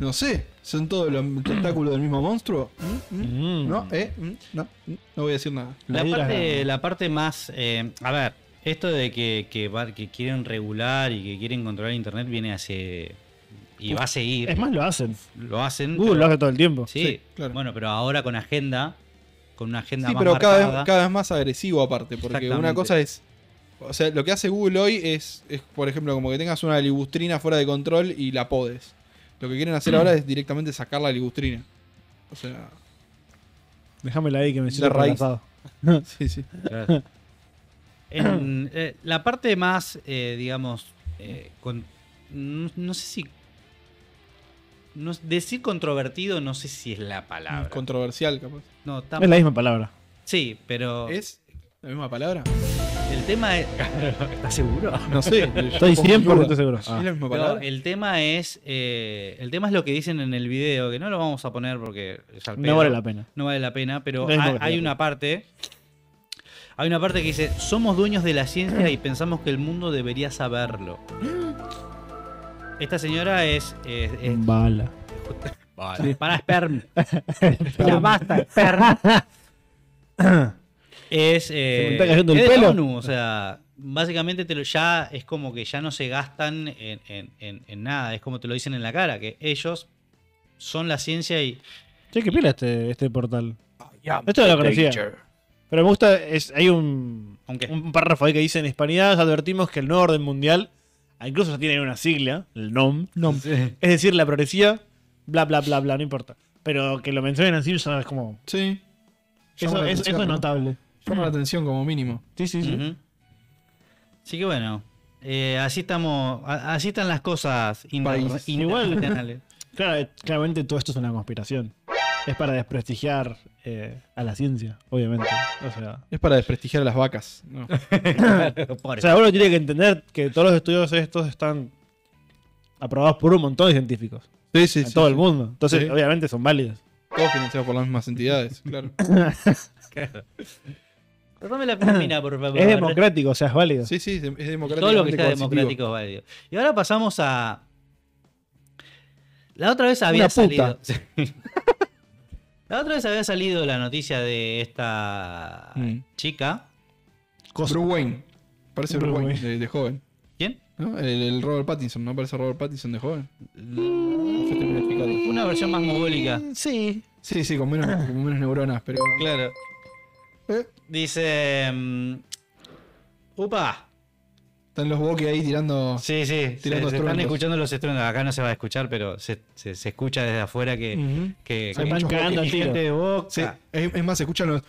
[SPEAKER 2] No sé. ¿Son todos los tentáculos del mismo monstruo? ¿Mm? ¿Mm?
[SPEAKER 3] Mm.
[SPEAKER 2] No, ¿eh? ¿Mm? No, ¿Mm? no voy a decir nada.
[SPEAKER 1] La
[SPEAKER 3] Ahí
[SPEAKER 1] parte, la parte más. eh, a ver, esto de que, que, va- que quieren regular y que quieren controlar Internet viene hace. Y va a seguir.
[SPEAKER 3] Es más, lo hacen.
[SPEAKER 1] lo hacen.
[SPEAKER 3] Google lo hace todo el tiempo.
[SPEAKER 1] Sí,
[SPEAKER 2] Sí, claro.
[SPEAKER 1] bueno, pero ahora con agenda. Con una agenda
[SPEAKER 2] Sí,
[SPEAKER 1] más
[SPEAKER 2] pero cada
[SPEAKER 1] marcada.
[SPEAKER 2] vez, cada vez más agresivo aparte, porque
[SPEAKER 1] Exactamente.
[SPEAKER 2] una cosa es... O sea, lo que hace Google hoy es, es, por ejemplo, como que tengas una ligustrina fuera de control y la podes. Lo que quieren hacer ahora es directamente sacar la ligustrina. O sea,
[SPEAKER 3] Déjamela ahí que me siento
[SPEAKER 2] De raíz.
[SPEAKER 3] abrazado.
[SPEAKER 2] sí, sí.
[SPEAKER 1] Claro. En, eh, la parte más, eh, digamos, eh, con- no, no sé si... no- decir controvertido no sé si es la palabra.
[SPEAKER 2] Controversial, capaz.
[SPEAKER 1] No, tam-
[SPEAKER 3] Es la misma palabra.
[SPEAKER 1] Sí, pero...
[SPEAKER 2] ¿Es la misma palabra?
[SPEAKER 1] El tema es... ¿Estás seguro?
[SPEAKER 2] No sé.
[SPEAKER 3] Estoy 100% seguro.
[SPEAKER 2] ¿Es la misma
[SPEAKER 1] No,
[SPEAKER 2] palabra?
[SPEAKER 1] el tema es... eh, el tema es lo que dicen en el video, que no lo vamos a poner porque... es al
[SPEAKER 3] No
[SPEAKER 1] pedo.
[SPEAKER 3] vale la pena.
[SPEAKER 1] no vale la pena, pero
[SPEAKER 3] No es
[SPEAKER 1] hay,
[SPEAKER 3] no vale la
[SPEAKER 1] hay
[SPEAKER 3] pena.
[SPEAKER 1] una parte. Hay una parte que dice, somos dueños de la ciencia y pensamos que el mundo debería saberlo. Esta señora es... es, es-
[SPEAKER 3] Bala.
[SPEAKER 1] Vale. Para Sperm. ya basta, Sperm. es... eh,
[SPEAKER 3] Se me está cayendo el
[SPEAKER 1] es de la
[SPEAKER 3] pelo.
[SPEAKER 1] ONU, o sea, básicamente te lo, ya es como que ya no se gastan en, en- en- en nada. Es como te lo dicen en la cara, que ellos son la ciencia y...
[SPEAKER 3] Che, qué pila este, este portal. Esto lo conocía. Pero me gusta, es, hay un,
[SPEAKER 1] Aunque...
[SPEAKER 3] un párrafo ahí que dice, en Hispanidad advertimos que el nuevo orden mundial, incluso ya tiene una sigla, el NOM, es decir, la progresía, bla, bla, bla, bla, no importa. Pero que lo mencionen así ya es como...
[SPEAKER 2] Sí. Llama
[SPEAKER 3] Eso,
[SPEAKER 2] la
[SPEAKER 3] es-
[SPEAKER 2] atención,
[SPEAKER 3] eso es
[SPEAKER 2] ¿no?
[SPEAKER 3] notable.
[SPEAKER 2] Llama la atención como mínimo.
[SPEAKER 3] Sí, sí, sí.
[SPEAKER 1] Ujú. Así que bueno, eh, así estamos, a- así están las cosas inter-
[SPEAKER 2] País.
[SPEAKER 1] internacionales.
[SPEAKER 3] Claro, eh, claramente todo esto es una conspiración. Es para desprestigiar eh, a la ciencia, obviamente. O sea,
[SPEAKER 2] Es para desprestigiar a las vacas. No.
[SPEAKER 3] o sea, uno tiene que entender que todos los estudios estos están aprobados por un montón de científicos.
[SPEAKER 2] Sí, sí,
[SPEAKER 3] en
[SPEAKER 2] sí.
[SPEAKER 3] todo el
[SPEAKER 2] sí.
[SPEAKER 3] mundo. Entonces,
[SPEAKER 2] Sí.
[SPEAKER 3] obviamente son válidos.
[SPEAKER 2] Todos financiados por las mismas entidades, claro.
[SPEAKER 1] Pero dame la primera, por favor.
[SPEAKER 3] Es democrático, o sea, es válido.
[SPEAKER 2] Sí, sí, es democrático.
[SPEAKER 1] Todo lo que sea democrático es válido. Y ahora pasamos a. La otra vez había
[SPEAKER 2] Una
[SPEAKER 1] salido.
[SPEAKER 2] puta.
[SPEAKER 1] la otra vez había salido la noticia de esta
[SPEAKER 2] Mm.
[SPEAKER 1] chica.
[SPEAKER 2] Bruce Wayne. Parece Bruce
[SPEAKER 3] Bruce
[SPEAKER 2] Wayne de, de joven.
[SPEAKER 1] ¿Quién?
[SPEAKER 2] ¿no? El, el Robert Pattinson, ¿no? Parece Robert Pattinson de joven.
[SPEAKER 1] Una versión más mogólica.
[SPEAKER 3] Sí.
[SPEAKER 2] Sí, sí, con menos, con menos neuronas, pero.
[SPEAKER 1] Claro.
[SPEAKER 2] Eh,
[SPEAKER 1] Dice. mm, Upa.
[SPEAKER 2] están los boques ahí tirando.
[SPEAKER 1] Sí, sí, se, se
[SPEAKER 2] Tirando
[SPEAKER 1] están
[SPEAKER 2] estruendos.
[SPEAKER 1] escuchando los estruendos. Acá no se va a escuchar, pero se, se- se escucha desde afuera que.
[SPEAKER 2] Ujú.
[SPEAKER 1] que-
[SPEAKER 3] Se
[SPEAKER 1] que-
[SPEAKER 3] van
[SPEAKER 2] muchos
[SPEAKER 3] cagando al
[SPEAKER 1] que
[SPEAKER 3] tiro.
[SPEAKER 1] gente de Boca.
[SPEAKER 2] Sí, es, es más, escuchan los.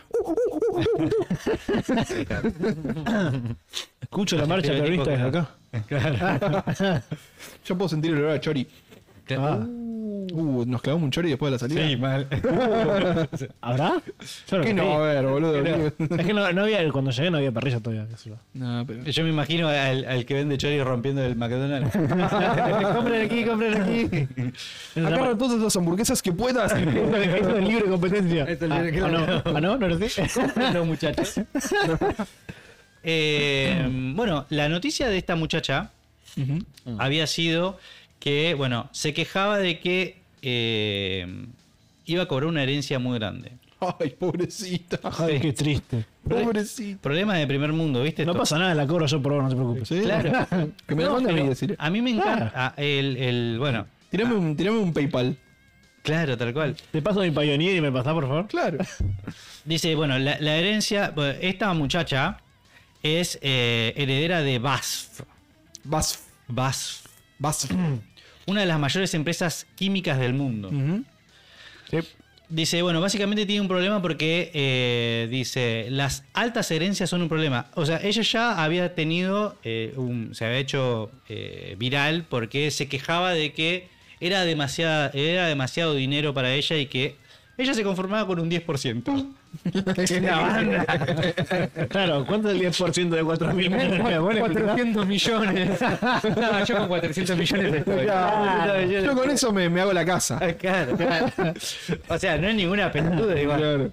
[SPEAKER 3] Escucho la marcha
[SPEAKER 1] Pero el tipo
[SPEAKER 3] terrorista desde acá.
[SPEAKER 2] Yo puedo sentir el olor a chori.
[SPEAKER 1] Ah.
[SPEAKER 2] Uh, nos clavamos un chori después de la salida.
[SPEAKER 1] mal.
[SPEAKER 3] ¿Habrá? Yo no
[SPEAKER 2] ¿Qué
[SPEAKER 3] lo
[SPEAKER 2] no? A ver, boludo.
[SPEAKER 3] creí. Es que no, no había, cuando llegué no había parrilla todavía. qué sé yo.
[SPEAKER 2] No, pero.
[SPEAKER 1] Yo me imagino al, al que vende chori rompiendo el McDonald's. compren aquí, compren aquí.
[SPEAKER 2] Agarra todas las hamburguesas que puedas.
[SPEAKER 3] Esto esto es libre competencia. ah, ah, no, ah, no, no era así.
[SPEAKER 1] no, muchachos. Eh, bueno, la noticia de esta muchacha
[SPEAKER 2] Ujú.
[SPEAKER 1] había sido que, bueno, se quejaba de que eh, iba a cobrar una herencia muy grande.
[SPEAKER 2] Ay, pobrecita.
[SPEAKER 3] Joder, qué triste.
[SPEAKER 2] Pobrecita.
[SPEAKER 1] Problema de primer mundo, ¿viste?
[SPEAKER 3] No
[SPEAKER 1] Esto-
[SPEAKER 3] pasa nada, la cobro yo por vos, no te preocupes.
[SPEAKER 2] Sí,
[SPEAKER 1] Claro.
[SPEAKER 2] Que me la
[SPEAKER 1] No,
[SPEAKER 2] manden a
[SPEAKER 1] pero
[SPEAKER 2] mí decir.
[SPEAKER 1] a mí me encanta ah, el, el- Bueno,
[SPEAKER 2] Tirame un, tirame un PayPal.
[SPEAKER 1] claro, tal cual.
[SPEAKER 3] Te paso mi Pioneer y me pasás, por favor.
[SPEAKER 2] Claro.
[SPEAKER 1] Dice, bueno, la, la herencia. bueno, Esta muchacha es eh, heredera de BASF.
[SPEAKER 2] Vas.
[SPEAKER 1] BASF.
[SPEAKER 2] Vas.
[SPEAKER 1] Una de las mayores empresas químicas del mundo.
[SPEAKER 2] Ujú.
[SPEAKER 1] Dice, bueno, básicamente tiene un problema porque eh, dice, las altas herencias son un problema. O sea, ella ya había tenido, eh, un- se había hecho eh, viral porque se quejaba de que era, demasiada, era demasiado dinero para ella y que ella se conformaba con un 10%.
[SPEAKER 3] Claro, ¿cuánto es el 10% de 4.000 millones? Bueno, escuchá.
[SPEAKER 4] millones. no, yo con 400 millones estoy.
[SPEAKER 2] Yo con eso me, me hago la casa.
[SPEAKER 1] Claro. O sea, no es ninguna pelotuda igual.
[SPEAKER 2] Claro.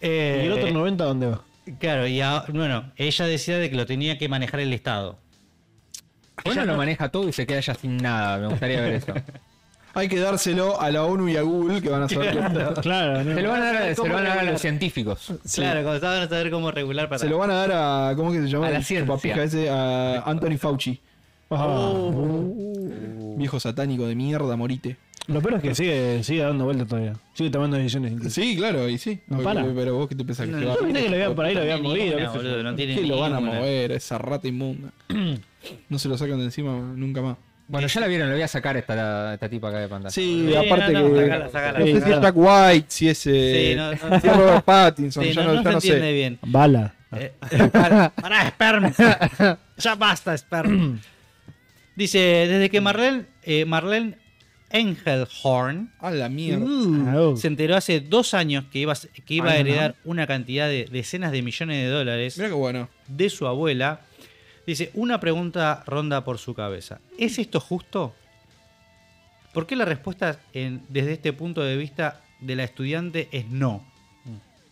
[SPEAKER 1] Eh,
[SPEAKER 3] ¿Y el otro 90 dónde va?
[SPEAKER 1] Claro, y a- bueno, ella decía de que lo tenía que manejar el Estado.
[SPEAKER 4] Bueno, lo maneja todo y se queda ya sin nada. Me gustaría ver eso.
[SPEAKER 2] Hay que dárselo a la ONU y a Google que van a saber.
[SPEAKER 3] Claro,
[SPEAKER 4] Se lo
[SPEAKER 3] no.
[SPEAKER 4] van a dar, se lo van a, dar a los científicos.
[SPEAKER 1] Claro, cuando estaban a saber cómo regular para.
[SPEAKER 2] Se lo van a dar a. ¿Cómo que se llama?
[SPEAKER 4] A la
[SPEAKER 2] El
[SPEAKER 4] ciencia.
[SPEAKER 2] chupapija ese, a Anthony Fauci.
[SPEAKER 3] Ah,
[SPEAKER 2] Viejo satánico de mierda, morite.
[SPEAKER 3] Lo peor es que sigue, sigue dando vueltas todavía. Sigue tomando decisiones. incluso.
[SPEAKER 2] Sí, claro, y sí.
[SPEAKER 3] Mm. No
[SPEAKER 2] Oye,
[SPEAKER 3] para.
[SPEAKER 2] Pero vos qué te pensás que se va
[SPEAKER 3] Yo pensé que lo habían por ahí, lo habían movido.
[SPEAKER 1] No, boludo, no tiene
[SPEAKER 2] ¿Qué lo van a
[SPEAKER 1] ninguna.
[SPEAKER 2] mover? a Esa rata inmunda. No se lo sacan de encima nunca más.
[SPEAKER 4] Bueno, ya la vieron, lo voy a sacar esta, esta tipa acá de pantalla.
[SPEAKER 2] Sí,
[SPEAKER 1] Sí,
[SPEAKER 2] aparte
[SPEAKER 1] no, no,
[SPEAKER 2] que.
[SPEAKER 1] sacala, sacala,
[SPEAKER 2] no sé si
[SPEAKER 1] sacala.
[SPEAKER 2] es Jack White, si es. eh,
[SPEAKER 1] Sí, no, no,
[SPEAKER 2] si es Robert Pattinson,
[SPEAKER 1] Sí,
[SPEAKER 2] ya
[SPEAKER 1] no,
[SPEAKER 2] no,
[SPEAKER 1] no
[SPEAKER 2] ya
[SPEAKER 1] se
[SPEAKER 2] no
[SPEAKER 1] entiende
[SPEAKER 2] sé. Ah.
[SPEAKER 1] bien.
[SPEAKER 3] Bala.
[SPEAKER 1] Eh, para, para, Sperm. Ya basta, Sperm. Dice, desde que Marlene, eh, Marlene Engelhorn
[SPEAKER 2] A la mierda.
[SPEAKER 3] Uh.
[SPEAKER 1] se enteró hace dos años que iba, a- que iba a
[SPEAKER 3] Ay, no.
[SPEAKER 1] heredar una cantidad de decenas de millones de dólares.
[SPEAKER 2] Mira qué bueno.
[SPEAKER 1] de su abuela. Dice, una pregunta ronda por su cabeza. ¿Es esto justo? ¿Por qué la respuesta en- desde este punto de vista de la estudiante es no?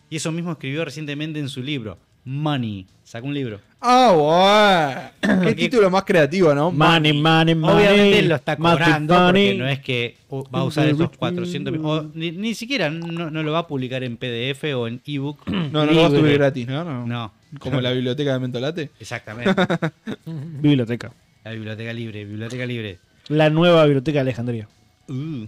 [SPEAKER 1] Y eso mismo escribió recientemente en su libro, Money. Sacó un libro.
[SPEAKER 2] Ah, bueno. Qué título más creativo, ¿no?
[SPEAKER 3] Money, money, money.
[SPEAKER 1] Obviamente lo está
[SPEAKER 3] Matthew
[SPEAKER 1] cobrando
[SPEAKER 3] Money.
[SPEAKER 1] porque no es que uh, va a usar esos 400 mil- o ni, ni siquiera no, no lo va a publicar en PDF o en ebook.
[SPEAKER 2] No, no lo vas a subir
[SPEAKER 1] Libre.
[SPEAKER 2] gratis, ¿no? No.
[SPEAKER 1] No,
[SPEAKER 2] Como la biblioteca de Mentolate.
[SPEAKER 1] exactamente.
[SPEAKER 3] Biblioteca.
[SPEAKER 1] La biblioteca libre, biblioteca libre.
[SPEAKER 3] La nueva biblioteca de Alejandría.
[SPEAKER 1] Uh.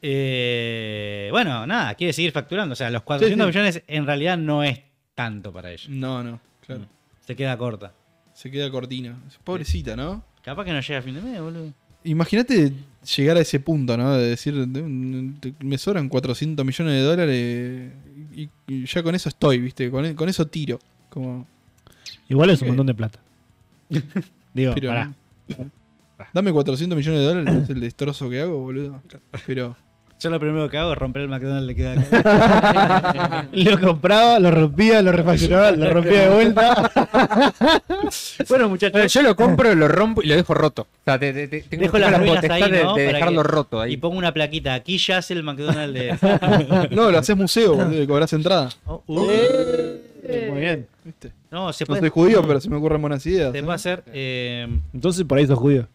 [SPEAKER 1] Eh, bueno, nada, quiere seguir facturando. O sea, los 400
[SPEAKER 2] Sí, sí.
[SPEAKER 1] millones en realidad no es tanto para ellos.
[SPEAKER 2] No, no, claro.
[SPEAKER 1] Se queda corta.
[SPEAKER 2] Se queda cortina. Pobrecita, ¿no?
[SPEAKER 1] Capaz que no llega a fin de mes, boludo.
[SPEAKER 2] Imagínate llegar a ese punto, ¿no? De decir, de un- te- me sobran 400 millones de dólares y, y ya con eso estoy, ¿viste? Con, e- con eso tiro. Como,
[SPEAKER 3] Igual es
[SPEAKER 2] Ok.
[SPEAKER 3] un montón de plata. Digo,
[SPEAKER 2] pero-
[SPEAKER 3] pará.
[SPEAKER 2] Dame 400 millones de dólares, es el destrozo que hago, boludo. Pero,
[SPEAKER 1] Yo lo primero que hago es romper el McDonald's le queda acá.
[SPEAKER 3] Lo compraba, lo rompía, lo refaccionaba, lo rompía de vuelta.
[SPEAKER 1] bueno, muchachos,
[SPEAKER 4] Eh, Yo lo compro, lo rompo y lo dejo roto. O sea, te, te- te- tengo,
[SPEAKER 1] dejo
[SPEAKER 4] tengo
[SPEAKER 1] las
[SPEAKER 4] la
[SPEAKER 1] ruinas
[SPEAKER 4] potestad
[SPEAKER 1] ahí,
[SPEAKER 4] de-
[SPEAKER 1] ¿no?
[SPEAKER 4] de,
[SPEAKER 1] Para
[SPEAKER 4] dejarlo
[SPEAKER 1] que-
[SPEAKER 4] roto
[SPEAKER 1] Y
[SPEAKER 4] ahí.
[SPEAKER 1] pongo una plaquita. Aquí ya es el McDonald's de.
[SPEAKER 3] Ah.
[SPEAKER 2] no, lo haces museo, boludo, y cobras entrada.
[SPEAKER 1] Oh,
[SPEAKER 3] Muy bien.
[SPEAKER 2] ¿viste?
[SPEAKER 1] No, se
[SPEAKER 2] No
[SPEAKER 1] puede,
[SPEAKER 2] soy judío, pero se me ocurren buenas ideas.
[SPEAKER 1] se
[SPEAKER 2] ¿eh?
[SPEAKER 1] puede hacer. eh,
[SPEAKER 3] Entonces por ahí sos judío.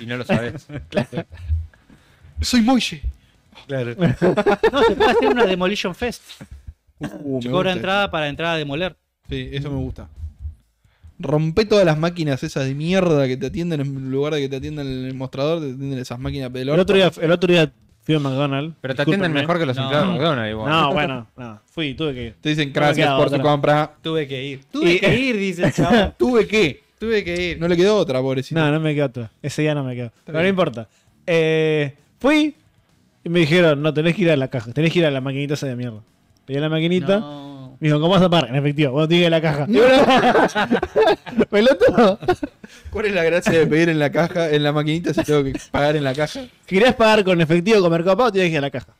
[SPEAKER 4] Y no lo sabes.
[SPEAKER 2] Soy Moishe.
[SPEAKER 1] no, se puede hacer una Demolition Fest.
[SPEAKER 2] Uh, me
[SPEAKER 1] Cobra
[SPEAKER 2] gusta.
[SPEAKER 1] entrada para entrar a demoler.
[SPEAKER 2] Sí, eso me gusta. Rompe todas las máquinas esas de mierda que te atienden en lugar de que te atiendan en el mostrador, te atienden esas máquinas de
[SPEAKER 3] El otro día, el otro día fui a McDonald's.
[SPEAKER 4] Pero te atienden
[SPEAKER 3] Discúlpenme.
[SPEAKER 4] mejor que los
[SPEAKER 1] No.
[SPEAKER 4] empleados de ¿eh? McDonald's. igual.
[SPEAKER 3] No, bueno, no. Fui, tuve que ir.
[SPEAKER 2] Te dicen
[SPEAKER 3] No me
[SPEAKER 2] gracias
[SPEAKER 3] queda
[SPEAKER 2] por
[SPEAKER 3] otra".
[SPEAKER 2] tu compra.
[SPEAKER 1] Tuve que ir. Tuve que ir, dice el chavo.
[SPEAKER 2] Tuve que.
[SPEAKER 1] Tuve que ir.
[SPEAKER 2] No le quedó otra, pobrecito.
[SPEAKER 3] No, no me quedó otra. Ese día no me quedó. Pero no
[SPEAKER 2] bien.
[SPEAKER 3] importa. Eh, fui y me dijeron, no, tenés que ir a la caja, tenés que ir a la maquinita esa de mierda. Pedí a la maquinita.
[SPEAKER 1] No.
[SPEAKER 3] Me dijo, ¿cómo vas a pagar? En efectivo, vos tienes que ir a la caja. ¿Peloto?
[SPEAKER 2] ¿Cuál es la gracia de pedir en la caja, en la maquinita si tengo que pagar en la caja?
[SPEAKER 3] ¿Querías pagar con efectivo con Mercado Pago? Tienes que ir a la caja.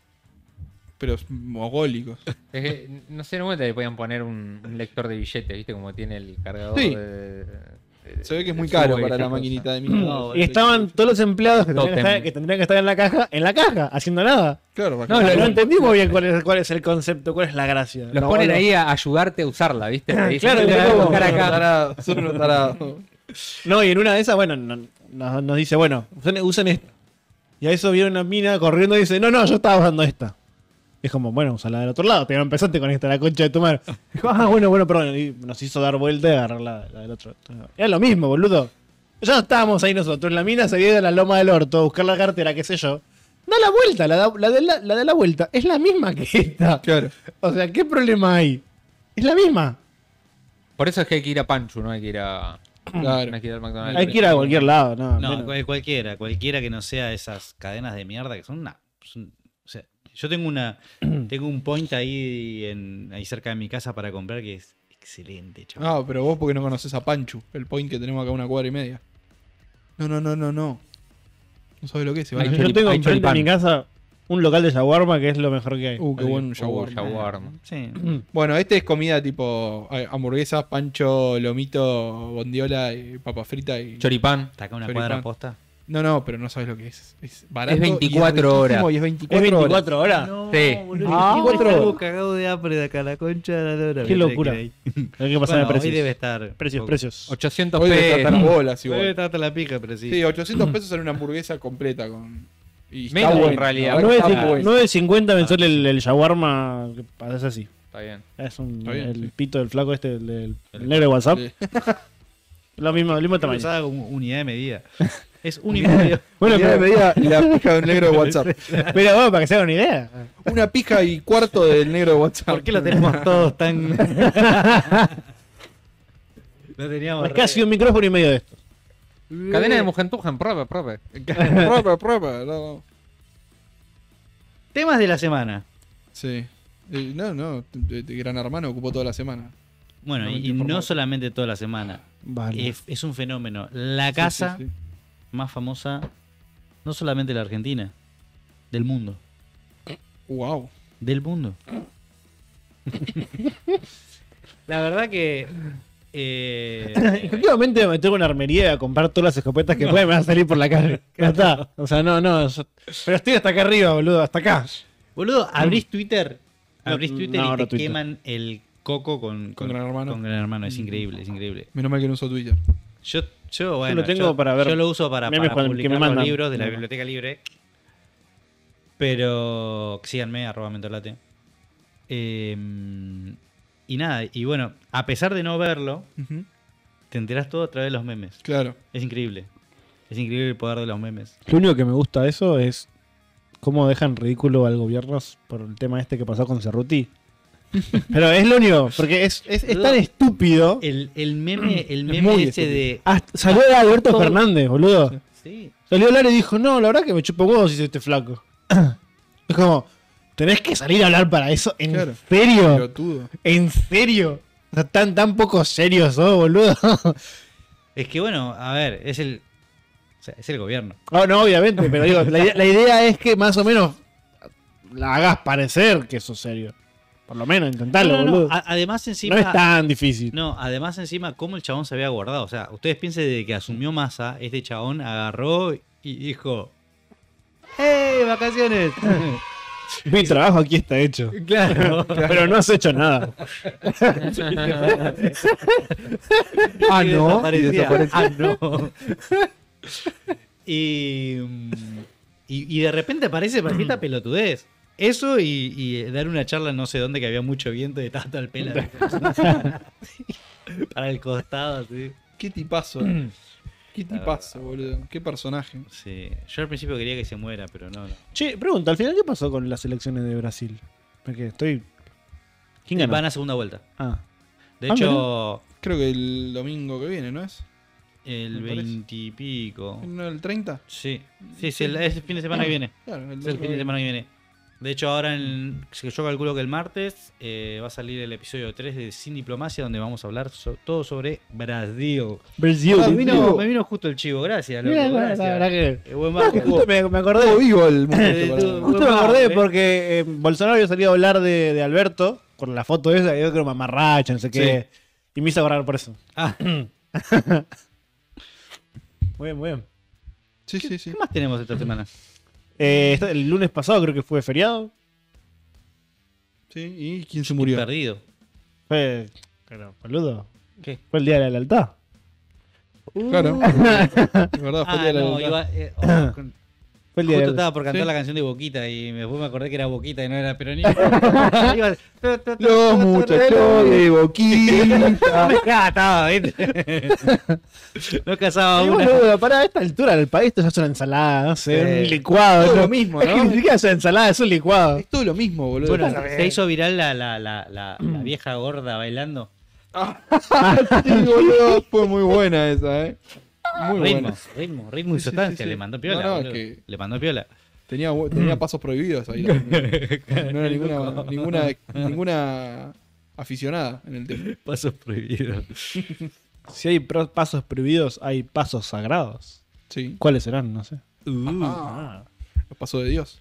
[SPEAKER 2] Pero es mogólico.
[SPEAKER 4] Es que, no sé, en un momento le podían poner un, un lector de billetes, ¿viste? Como tiene el cargador.
[SPEAKER 2] Sí.
[SPEAKER 4] de- de-
[SPEAKER 2] Se ve que es
[SPEAKER 4] de
[SPEAKER 2] muy
[SPEAKER 4] Subway,
[SPEAKER 2] caro
[SPEAKER 4] esa
[SPEAKER 2] para la
[SPEAKER 4] cosa.
[SPEAKER 2] maquinita de mí.
[SPEAKER 1] No,
[SPEAKER 4] Oh,
[SPEAKER 3] Y estaban todos los empleados que tendrían que,
[SPEAKER 4] Totem.
[SPEAKER 3] estar, que tendrían que estar en la caja, en la caja, haciendo nada.
[SPEAKER 2] Claro,
[SPEAKER 3] No,
[SPEAKER 2] bacán.
[SPEAKER 3] no entendimos bien cuál es, cuál es el concepto, cuál es la gracia.
[SPEAKER 4] Los
[SPEAKER 3] No,
[SPEAKER 4] ponen
[SPEAKER 3] no.
[SPEAKER 4] ahí a ayudarte a usarla, ¿viste? Te dicen,
[SPEAKER 3] Claro,
[SPEAKER 4] "Te la voy a
[SPEAKER 3] claro.
[SPEAKER 4] buscar acá".
[SPEAKER 2] Tarado, son unos tarados.
[SPEAKER 3] No, y en una de esas, bueno, no- nos, nos dice, bueno, usen, usen esta. Y a eso viene una mina corriendo y dice, no, no, yo estaba usando esta. Y es como, bueno, usala del otro lado, pero empezaste con esta, la concha de tu madre. Dijo, ah, bueno, bueno, perdón. Y nos hizo dar vuelta y agarrar la, la del otro. Era lo mismo, boludo. Ya estábamos ahí nosotros. La mina se había ido a la loma del orto a buscar la cartera, qué sé yo. Da la vuelta, la, da- la de la, la de la vuelta. Es la misma que esta.
[SPEAKER 2] Claro.
[SPEAKER 3] O sea, ¿qué problema hay? Es la misma.
[SPEAKER 4] Por eso es que hay que ir a Panchu, no hay que ir a.
[SPEAKER 2] Claro.
[SPEAKER 4] no hay que ir al McDonald's.
[SPEAKER 3] Hay que ir a cualquier lado, ¿no?
[SPEAKER 1] No,
[SPEAKER 3] menos.
[SPEAKER 1] cual- cualquiera, cualquiera que no sea esas cadenas de mierda que son una. son- o sea, yo tengo una, tengo un point ahí en, ahí cerca de mi casa para comprar que es excelente,
[SPEAKER 3] Ah.
[SPEAKER 1] chaval.
[SPEAKER 2] No, pero vos porque no conoces a Panchu, el point que tenemos acá a una cuadra y media. No, no, no, no, no. No sabes lo que es. se van
[SPEAKER 4] Ay,
[SPEAKER 2] a-
[SPEAKER 3] Yo
[SPEAKER 4] choripán,
[SPEAKER 3] tengo
[SPEAKER 4] hay
[SPEAKER 3] enfrente de mi
[SPEAKER 4] choripán.
[SPEAKER 3] casa un local de shawarma que es lo mejor que hay.
[SPEAKER 2] Uh, qué buen
[SPEAKER 4] Oh, Jaguar.
[SPEAKER 2] jaguar.
[SPEAKER 1] Sí.
[SPEAKER 2] Bueno, este es comida tipo eh, hamburguesas, pancho, lomito, bondiola, y papa frita y...
[SPEAKER 4] Choripán.
[SPEAKER 1] Está acá una
[SPEAKER 2] Choripán.
[SPEAKER 1] cuadra posta.
[SPEAKER 2] No, no, pero no sabes lo que es. Es barato.
[SPEAKER 4] Es 24
[SPEAKER 2] y riquísimo
[SPEAKER 4] horas.
[SPEAKER 2] Y es 24, horas.
[SPEAKER 3] horas.
[SPEAKER 4] Sí.
[SPEAKER 1] boludo,
[SPEAKER 3] Ah,
[SPEAKER 1] estoy
[SPEAKER 3] otro.
[SPEAKER 1] algo cagado de hambre de acá, la concha de la lora.
[SPEAKER 3] Qué
[SPEAKER 1] Me
[SPEAKER 3] locura.
[SPEAKER 1] tenés que ir
[SPEAKER 3] Hay que
[SPEAKER 1] ahí.
[SPEAKER 3] pasar
[SPEAKER 1] Bueno,
[SPEAKER 3] a precios.
[SPEAKER 1] hoy debe estar.
[SPEAKER 3] Precios, precios.
[SPEAKER 4] 800
[SPEAKER 2] Hoy debe tratar
[SPEAKER 4] pesos.
[SPEAKER 2] las bolas
[SPEAKER 1] Debe
[SPEAKER 2] igual.
[SPEAKER 1] estar hasta la pica, pero sí.
[SPEAKER 2] Sí, 800 pesos en una hamburguesa completa con... Y está
[SPEAKER 4] Menos, en
[SPEAKER 2] bueno, la
[SPEAKER 4] realidad.
[SPEAKER 2] verdad que está
[SPEAKER 4] Nueve-
[SPEAKER 2] bueno.
[SPEAKER 3] 9.50 me sale el, el shawarma que pasa es así.
[SPEAKER 4] Está bien.
[SPEAKER 3] Es un,
[SPEAKER 2] Está bien,
[SPEAKER 3] el
[SPEAKER 2] sí.
[SPEAKER 3] pito del flaco este, el, del- el negro de WhatsApp.
[SPEAKER 2] Sí.
[SPEAKER 3] Lo mismo, el mismo tamaño.
[SPEAKER 1] Usada como unidad de medida. Es un y medio.
[SPEAKER 3] Bueno,
[SPEAKER 2] Mirá,
[SPEAKER 3] pero,
[SPEAKER 2] me veía la pija del negro de WhatsApp.
[SPEAKER 3] pero bueno, para que se hagan una idea.
[SPEAKER 2] Una pija y cuarto del negro de WhatsApp.
[SPEAKER 1] ¿Por qué lo tenemos todos tan.? lo teníamos.
[SPEAKER 3] Es casi un micrófono y medio de esto.
[SPEAKER 4] Cadena de Mujentujen, profe, profe.
[SPEAKER 2] Propa, propa, no.
[SPEAKER 1] Temas de la semana.
[SPEAKER 2] Sí. Eh, No, no, t- t- Gran Hermano ocupó toda la semana.
[SPEAKER 1] Bueno,
[SPEAKER 2] No me
[SPEAKER 1] y- y
[SPEAKER 2] informo.
[SPEAKER 1] no solamente toda la semana.
[SPEAKER 3] Vale.
[SPEAKER 1] Es, es un fenómeno. La casa
[SPEAKER 2] Sí, sí,
[SPEAKER 1] más famosa, no solamente de la Argentina, del mundo.
[SPEAKER 2] sí. Wow.
[SPEAKER 1] Del mundo. la verdad que. eh,
[SPEAKER 3] Efectivamente me meter una armería a comprar todas las escopetas que pueda y me van a salir por la calle. Ya está. O sea, no, no. yo- Pero estoy hasta acá arriba, boludo, hasta acá.
[SPEAKER 1] Boludo, abrís Twitter. Abrís
[SPEAKER 3] No,
[SPEAKER 1] Twitter
[SPEAKER 3] no
[SPEAKER 1] y te
[SPEAKER 3] abro Twitter.
[SPEAKER 1] queman el Coco con,
[SPEAKER 2] Con Gran Hermano.
[SPEAKER 1] con Gran Hermano. Es increíble, es increíble.
[SPEAKER 2] Menos mal que no uso Twitter.
[SPEAKER 1] Yo, yo, bueno,
[SPEAKER 3] lo tengo para ver
[SPEAKER 1] yo lo uso para,
[SPEAKER 3] memes
[SPEAKER 1] para
[SPEAKER 3] cuando- que
[SPEAKER 1] publicar
[SPEAKER 3] me
[SPEAKER 1] los
[SPEAKER 3] mandan.
[SPEAKER 1] libros de la
[SPEAKER 3] No.
[SPEAKER 1] biblioteca libre. Pero síganme, arroba mentolate. Eh, y nada, y bueno, a pesar de no verlo,
[SPEAKER 2] Ujú.
[SPEAKER 1] te enterás todo a través de los memes.
[SPEAKER 2] Claro.
[SPEAKER 1] Es increíble. Es increíble el poder de los memes.
[SPEAKER 3] Lo único que me gusta de eso es cómo dejan ridículo al gobierno por el tema este que pasó con Cerruti. Pero es lo único, porque es, es- es tan estúpido.
[SPEAKER 1] El, el meme, el
[SPEAKER 3] Es
[SPEAKER 1] meme
[SPEAKER 3] muy
[SPEAKER 1] ese de.
[SPEAKER 3] Hasta- salió de Alberto
[SPEAKER 1] ah, todo-
[SPEAKER 3] Fernández, boludo.
[SPEAKER 1] Sí.
[SPEAKER 3] Salió a hablar y dijo, no, la verdad que me chupo huevos hice este flaco. Es como, tenés que salir a hablar para eso, en
[SPEAKER 2] Claro.
[SPEAKER 3] serio.
[SPEAKER 2] Pelotudo.
[SPEAKER 3] ¿En serio? O sea, tan, tan poco serios sos, boludo.
[SPEAKER 1] Es que bueno, a ver, es el. o sea, es el gobierno.
[SPEAKER 3] Ah, no, obviamente, pero digo, la, idea- la idea es que más o menos la hagas parecer que sos serio. Por lo menos, intentalo,
[SPEAKER 1] No, no, no,
[SPEAKER 3] boludo. No,
[SPEAKER 1] a- además, encima.
[SPEAKER 3] es tan difícil.
[SPEAKER 1] No, además encima, cómo el chabón se había guardado. O sea, ustedes piensen de que asumió masa, este chabón agarró y dijo... ¡Hey, vacaciones!
[SPEAKER 3] Mi trabajo aquí está hecho.
[SPEAKER 1] claro.
[SPEAKER 3] Pero no has hecho nada.
[SPEAKER 2] Ah,
[SPEAKER 1] Y
[SPEAKER 2] no. Y
[SPEAKER 1] desaparecía.
[SPEAKER 2] desapareció.
[SPEAKER 1] Ah, no. Y, mm, y, y de repente aparece para esta pelotudez. Eso y, y eh, dar una charla en no sé dónde que había mucho viento y estaba todo el pelo. para el costado, así.
[SPEAKER 2] Qué tipazo. Qué tipazo, boludo. Qué personaje.
[SPEAKER 1] Sí. Yo al principio quería que se muera, pero no. no.
[SPEAKER 3] Che, pregunta, al final, ¿qué pasó con las elecciones de Brasil? Porque estoy. ¿Quién ganó?
[SPEAKER 1] Eh, Van a segunda vuelta.
[SPEAKER 3] Ah,
[SPEAKER 1] De
[SPEAKER 3] Ah,
[SPEAKER 1] hecho,
[SPEAKER 2] Creo que el domingo que viene, ¿no es?
[SPEAKER 1] el
[SPEAKER 2] Me parece.
[SPEAKER 1] veintipico.
[SPEAKER 2] ¿No el 30?
[SPEAKER 1] Sí, sí, sí, el, es el fin de semana que viene.
[SPEAKER 2] Claro, el
[SPEAKER 1] Es el fin de semana que viene. De hecho, ahora en- si yo calculo que el martes eh, va a salir el episodio 3 de Sin Diplomacia, donde vamos a hablar so- todo sobre Brasil.
[SPEAKER 3] Brasil.
[SPEAKER 1] Ah, me, vino, me vino justo el chivo, gracias. Loco,
[SPEAKER 3] Mira, la-
[SPEAKER 1] gracias.
[SPEAKER 3] la verdad que.
[SPEAKER 1] Eh, buen
[SPEAKER 3] Ah, que
[SPEAKER 1] bajo.
[SPEAKER 3] justo me, me acordé.
[SPEAKER 2] Estuvo vivo el
[SPEAKER 1] Eh, tú-
[SPEAKER 2] momento. para-
[SPEAKER 3] Justo me acordé
[SPEAKER 1] Vamos, eh.
[SPEAKER 3] porque eh, Bolsonaro había salido a hablar de, de Alberto con la foto esa, que yo creo mamarracha, no sé qué. Y me hizo acordar por eso.
[SPEAKER 1] Ah, ¿Qué
[SPEAKER 3] Muy bien, muy bien.
[SPEAKER 2] Sí, sí, sí.
[SPEAKER 1] más tenemos esta semana?
[SPEAKER 3] Eh, esta- el lunes pasado creo que fue feriado.
[SPEAKER 2] Sí, ¿Y quién se murió?
[SPEAKER 1] Perdido.
[SPEAKER 3] Fue. Pero, boludo.
[SPEAKER 1] ¿Qué?
[SPEAKER 3] Fue el día de la lealtad.
[SPEAKER 2] Uh. Claro. De verdad, fue
[SPEAKER 1] Ah,
[SPEAKER 2] el día de la
[SPEAKER 1] no,
[SPEAKER 2] verdad.
[SPEAKER 1] iba, eh, oh, con-
[SPEAKER 3] Fue el día
[SPEAKER 1] Justo
[SPEAKER 3] de la
[SPEAKER 1] estaba por cantar
[SPEAKER 2] Sí.
[SPEAKER 1] la canción de Boquita y me- después me acordé que era Boquita y no era peronista. Iba-
[SPEAKER 2] Los muchachos de Boquita.
[SPEAKER 1] me cataba, ¿viste? No cazaba
[SPEAKER 3] Y
[SPEAKER 1] una.
[SPEAKER 3] boludo, para esta altura del país esto ya es una ensalada, no sé,
[SPEAKER 1] Sí.
[SPEAKER 3] un licuado.
[SPEAKER 2] Todo
[SPEAKER 3] ¿no?
[SPEAKER 2] lo mismo, ¿no?
[SPEAKER 3] Ni siquiera es una ensalada, es un licuado.
[SPEAKER 2] Es todo lo mismo, boludo.
[SPEAKER 1] Bueno, se hizo viral la, la, la, la, la
[SPEAKER 2] Mm.
[SPEAKER 1] vieja gorda bailando.
[SPEAKER 2] Sí, boludo, fue muy buena esa, ¿eh? Muy
[SPEAKER 1] ritmo,
[SPEAKER 2] buena.
[SPEAKER 1] ritmo, ritmo y
[SPEAKER 2] Sí, sí,
[SPEAKER 1] sustancia.
[SPEAKER 2] sí, sí.
[SPEAKER 1] Le mandó piola.
[SPEAKER 2] No, no,
[SPEAKER 1] boludo.
[SPEAKER 2] que-
[SPEAKER 1] Le mandó piola.
[SPEAKER 2] Tenía, bu- tenía pasos prohibidos ahí. también. No era ninguna, ninguna, ninguna aficionada en el tema.
[SPEAKER 1] Pasos prohibidos.
[SPEAKER 3] Si hay pro- pasos prohibidos, hay pasos sagrados. Uh.
[SPEAKER 2] Sí,
[SPEAKER 3] ¿Cuáles serán? No sé.
[SPEAKER 2] los pasos de Dios.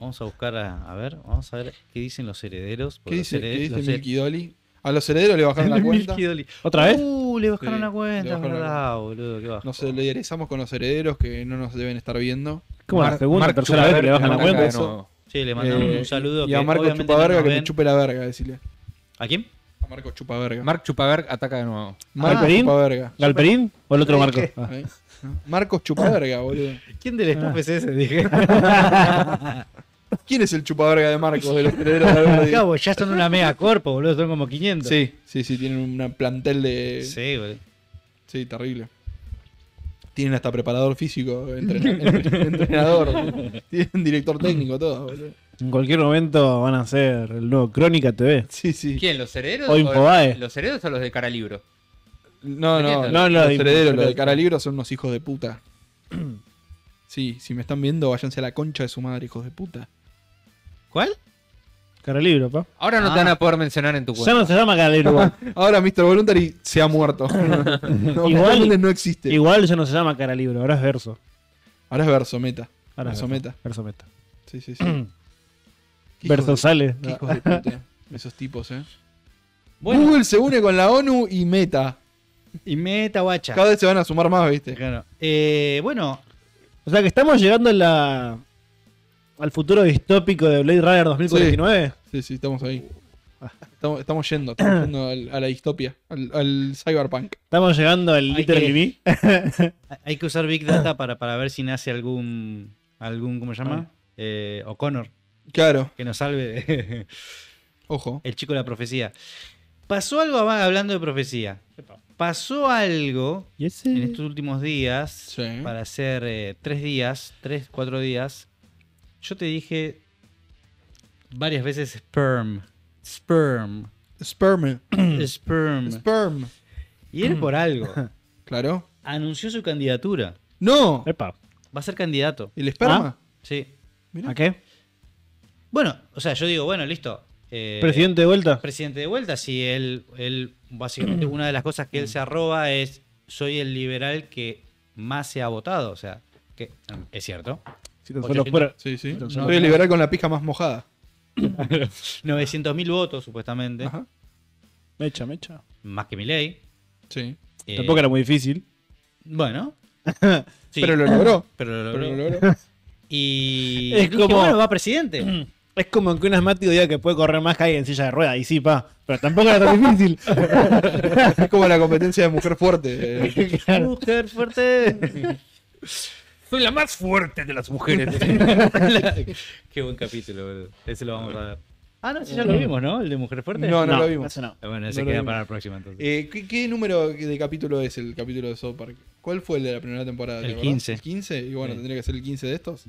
[SPEAKER 1] Vamos a buscar a, a ver, vamos a ver qué dicen los herederos. porque
[SPEAKER 2] ¿Qué
[SPEAKER 1] los
[SPEAKER 2] dice, ¿qué
[SPEAKER 1] herederos-
[SPEAKER 2] dice
[SPEAKER 1] los
[SPEAKER 2] Milky Dolly? A los herederos le bajaron la cuenta.
[SPEAKER 1] Milky Dolly.
[SPEAKER 3] ¿Otra vez?
[SPEAKER 1] Uh, le bajaron
[SPEAKER 2] Sí,
[SPEAKER 1] la cuenta,
[SPEAKER 2] le
[SPEAKER 1] es
[SPEAKER 2] bajaron la
[SPEAKER 1] verdad, boludo, qué bajo.
[SPEAKER 2] Nos solidarizamos con los herederos que no nos deben estar viendo.
[SPEAKER 3] Como la
[SPEAKER 4] Mark-
[SPEAKER 3] segunda,
[SPEAKER 4] Mark
[SPEAKER 3] tercera vez que le bajan la
[SPEAKER 4] Zuckerberg
[SPEAKER 3] cuenta.
[SPEAKER 4] acá de nuevo.
[SPEAKER 1] Sí, le mandamos
[SPEAKER 2] Eh,
[SPEAKER 1] un saludo.
[SPEAKER 2] Y a
[SPEAKER 1] que
[SPEAKER 2] Marco
[SPEAKER 1] obviamente no
[SPEAKER 2] Chupaverga
[SPEAKER 1] nos
[SPEAKER 2] que me
[SPEAKER 1] ven.
[SPEAKER 2] chupe la verga, decirle.
[SPEAKER 1] ¿A quién?
[SPEAKER 2] A Marco Chupaverga.
[SPEAKER 4] Mark Chupaberg ataca de nuevo.
[SPEAKER 2] Marco
[SPEAKER 3] ¿Galperín?
[SPEAKER 2] Chupaverga.
[SPEAKER 3] ¿Galperín o el otro Marco? Ah.
[SPEAKER 2] ¿eh? Marcos Chupaverga, boludo.
[SPEAKER 1] ¿Quién del
[SPEAKER 2] Ah.
[SPEAKER 1] staff es ese? Dije.
[SPEAKER 2] ¿Quién es el Chupaverga de Marcos de los herederos de Alberti?
[SPEAKER 1] Acá, vos, ya son una mega corpo, boludo, son como 500.
[SPEAKER 2] Sí, sí, sí, tienen un plantel de. Sí,
[SPEAKER 1] Sí, boludo.
[SPEAKER 2] terrible. Tienen hasta preparador físico, entrena- entre- entrenador, tienen director técnico, todo. boludo.
[SPEAKER 3] En cualquier momento van a hacer el nuevo Crónica TV.
[SPEAKER 2] Sí, sí.
[SPEAKER 4] ¿Quién? ¿Los herederos?
[SPEAKER 3] O Infobae.
[SPEAKER 4] ¿Los herederos o los de cara libro?
[SPEAKER 2] No, no,
[SPEAKER 4] No,
[SPEAKER 3] no,
[SPEAKER 2] los
[SPEAKER 3] de-
[SPEAKER 2] herederos, los
[SPEAKER 3] de-
[SPEAKER 2] de cara libro son unos hijos de puta. Sí, si me están viendo, váyanse a la concha de su madre, hijos de puta.
[SPEAKER 1] ¿Cuál?
[SPEAKER 3] Cara libro, pa.
[SPEAKER 4] Ahora no
[SPEAKER 1] Ah.
[SPEAKER 4] te van a poder mencionar en tu
[SPEAKER 3] Ya
[SPEAKER 4] cuenta.
[SPEAKER 3] no se llama Cara libro. pa.
[SPEAKER 2] Ahora Mr. Voluntary se ha muerto. no,
[SPEAKER 3] Igual-
[SPEAKER 2] Mr. Voluntary no existe.
[SPEAKER 3] Igual ya no se llama Cara libro, ahora es verso.
[SPEAKER 2] Ahora es verso meta.
[SPEAKER 3] Ahora es
[SPEAKER 2] verso meta.
[SPEAKER 3] Verso meta.
[SPEAKER 2] Sí, sí, sí. Qué hijos
[SPEAKER 3] Verso
[SPEAKER 2] de-
[SPEAKER 3] sale.
[SPEAKER 2] qué hijos de puta. Esos tipos, eh.
[SPEAKER 1] Bueno,
[SPEAKER 2] Google se une con la ONU y Meta.
[SPEAKER 1] y meta guacha.
[SPEAKER 2] Cada vez se van a sumar más, ¿viste?
[SPEAKER 1] Claro. Eh, bueno,
[SPEAKER 3] O sea que estamos llegando a la- al futuro distópico de Blade Runner 2049.
[SPEAKER 2] Sí, sí, estamos ahí.
[SPEAKER 1] Ah.
[SPEAKER 2] Estamos, estamos yendo, estamos yendo al- a la distopia, al, al cyberpunk.
[SPEAKER 3] Estamos llegando al
[SPEAKER 1] Hay
[SPEAKER 3] Little
[SPEAKER 1] que-
[SPEAKER 3] Libby.
[SPEAKER 1] Hay que usar Big Data para, para ver si nace algún, algún ¿cómo se llama? Eh, O'Connor,
[SPEAKER 2] Claro,
[SPEAKER 1] que nos salve de-
[SPEAKER 2] ojo.
[SPEAKER 1] el chico de la profecía. Pasó algo hab- hablando de profecía. Pasó algo
[SPEAKER 3] Y
[SPEAKER 1] en
[SPEAKER 3] ese.
[SPEAKER 1] estos últimos días,
[SPEAKER 2] Sí.
[SPEAKER 1] para hacer eh, tres días, tres, cuatro días. Yo te dije varias veces sperm, sperm,
[SPEAKER 2] Sperm.
[SPEAKER 1] sperm.
[SPEAKER 2] Sperm.
[SPEAKER 1] Y era por algo.
[SPEAKER 2] Claro.
[SPEAKER 1] Anunció su candidatura.
[SPEAKER 2] No,
[SPEAKER 3] Epa.
[SPEAKER 1] Va a ser candidato.
[SPEAKER 2] el
[SPEAKER 1] Ah.
[SPEAKER 2] esperma.
[SPEAKER 1] Sí.
[SPEAKER 2] Mirá.
[SPEAKER 3] ¿A qué?
[SPEAKER 1] Bueno, o sea, yo digo, bueno, listo. eh,
[SPEAKER 3] ¿Presidente de vuelta?
[SPEAKER 1] presidente de vuelta, si él, él, básicamente una de las cosas que él se arroba es soy el liberal que más se ha votado. O sea, que es cierto.
[SPEAKER 3] Si tan
[SPEAKER 1] ochocientos-
[SPEAKER 3] solo fuera-
[SPEAKER 2] Sí, sí.
[SPEAKER 3] No,
[SPEAKER 2] Voy a liberar con la pija más mojada.
[SPEAKER 1] 900.000 votos, supuestamente.
[SPEAKER 2] Ajá.
[SPEAKER 3] Mecha, mecha.
[SPEAKER 1] Más que mi ley.
[SPEAKER 2] Sí.
[SPEAKER 1] Eh.
[SPEAKER 3] Tampoco era muy difícil.
[SPEAKER 1] Bueno. Sí,
[SPEAKER 2] Pero lo logró.
[SPEAKER 1] pero lo
[SPEAKER 2] Pero
[SPEAKER 1] logró.
[SPEAKER 2] lo logró.
[SPEAKER 1] Y.
[SPEAKER 3] Es
[SPEAKER 1] dije,
[SPEAKER 3] como-
[SPEAKER 1] Bueno, va presidente.
[SPEAKER 3] Es como que un asmático diga que puede correr más que alguien en silla de ruedas. Y sí, pa. Pero tampoco era tan difícil.
[SPEAKER 2] Es como la competencia de mujer fuerte. eh.
[SPEAKER 1] Mujer fuerte.
[SPEAKER 4] Soy la más fuerte de las mujeres.
[SPEAKER 1] Qué buen capítulo, boludo. Ese lo vamos a ver. Ah, no, ese ya lo vimos, ¿no? El de Mujer Fuerte.
[SPEAKER 2] No, no,
[SPEAKER 3] No,
[SPEAKER 2] lo vimos.
[SPEAKER 3] eso no.
[SPEAKER 1] Bueno, ese
[SPEAKER 2] No lo
[SPEAKER 1] queda
[SPEAKER 2] vimos.
[SPEAKER 1] para la próxima entonces.
[SPEAKER 2] Eh, ¿qué, qué número de capítulo es el capítulo de South Park? ¿Cuál fue el de la primera temporada?
[SPEAKER 1] El
[SPEAKER 2] ¿te acordás?
[SPEAKER 1] 15.
[SPEAKER 2] ¿El 15? Y bueno,
[SPEAKER 1] Sí.
[SPEAKER 2] tendría que ser el 15 de estos.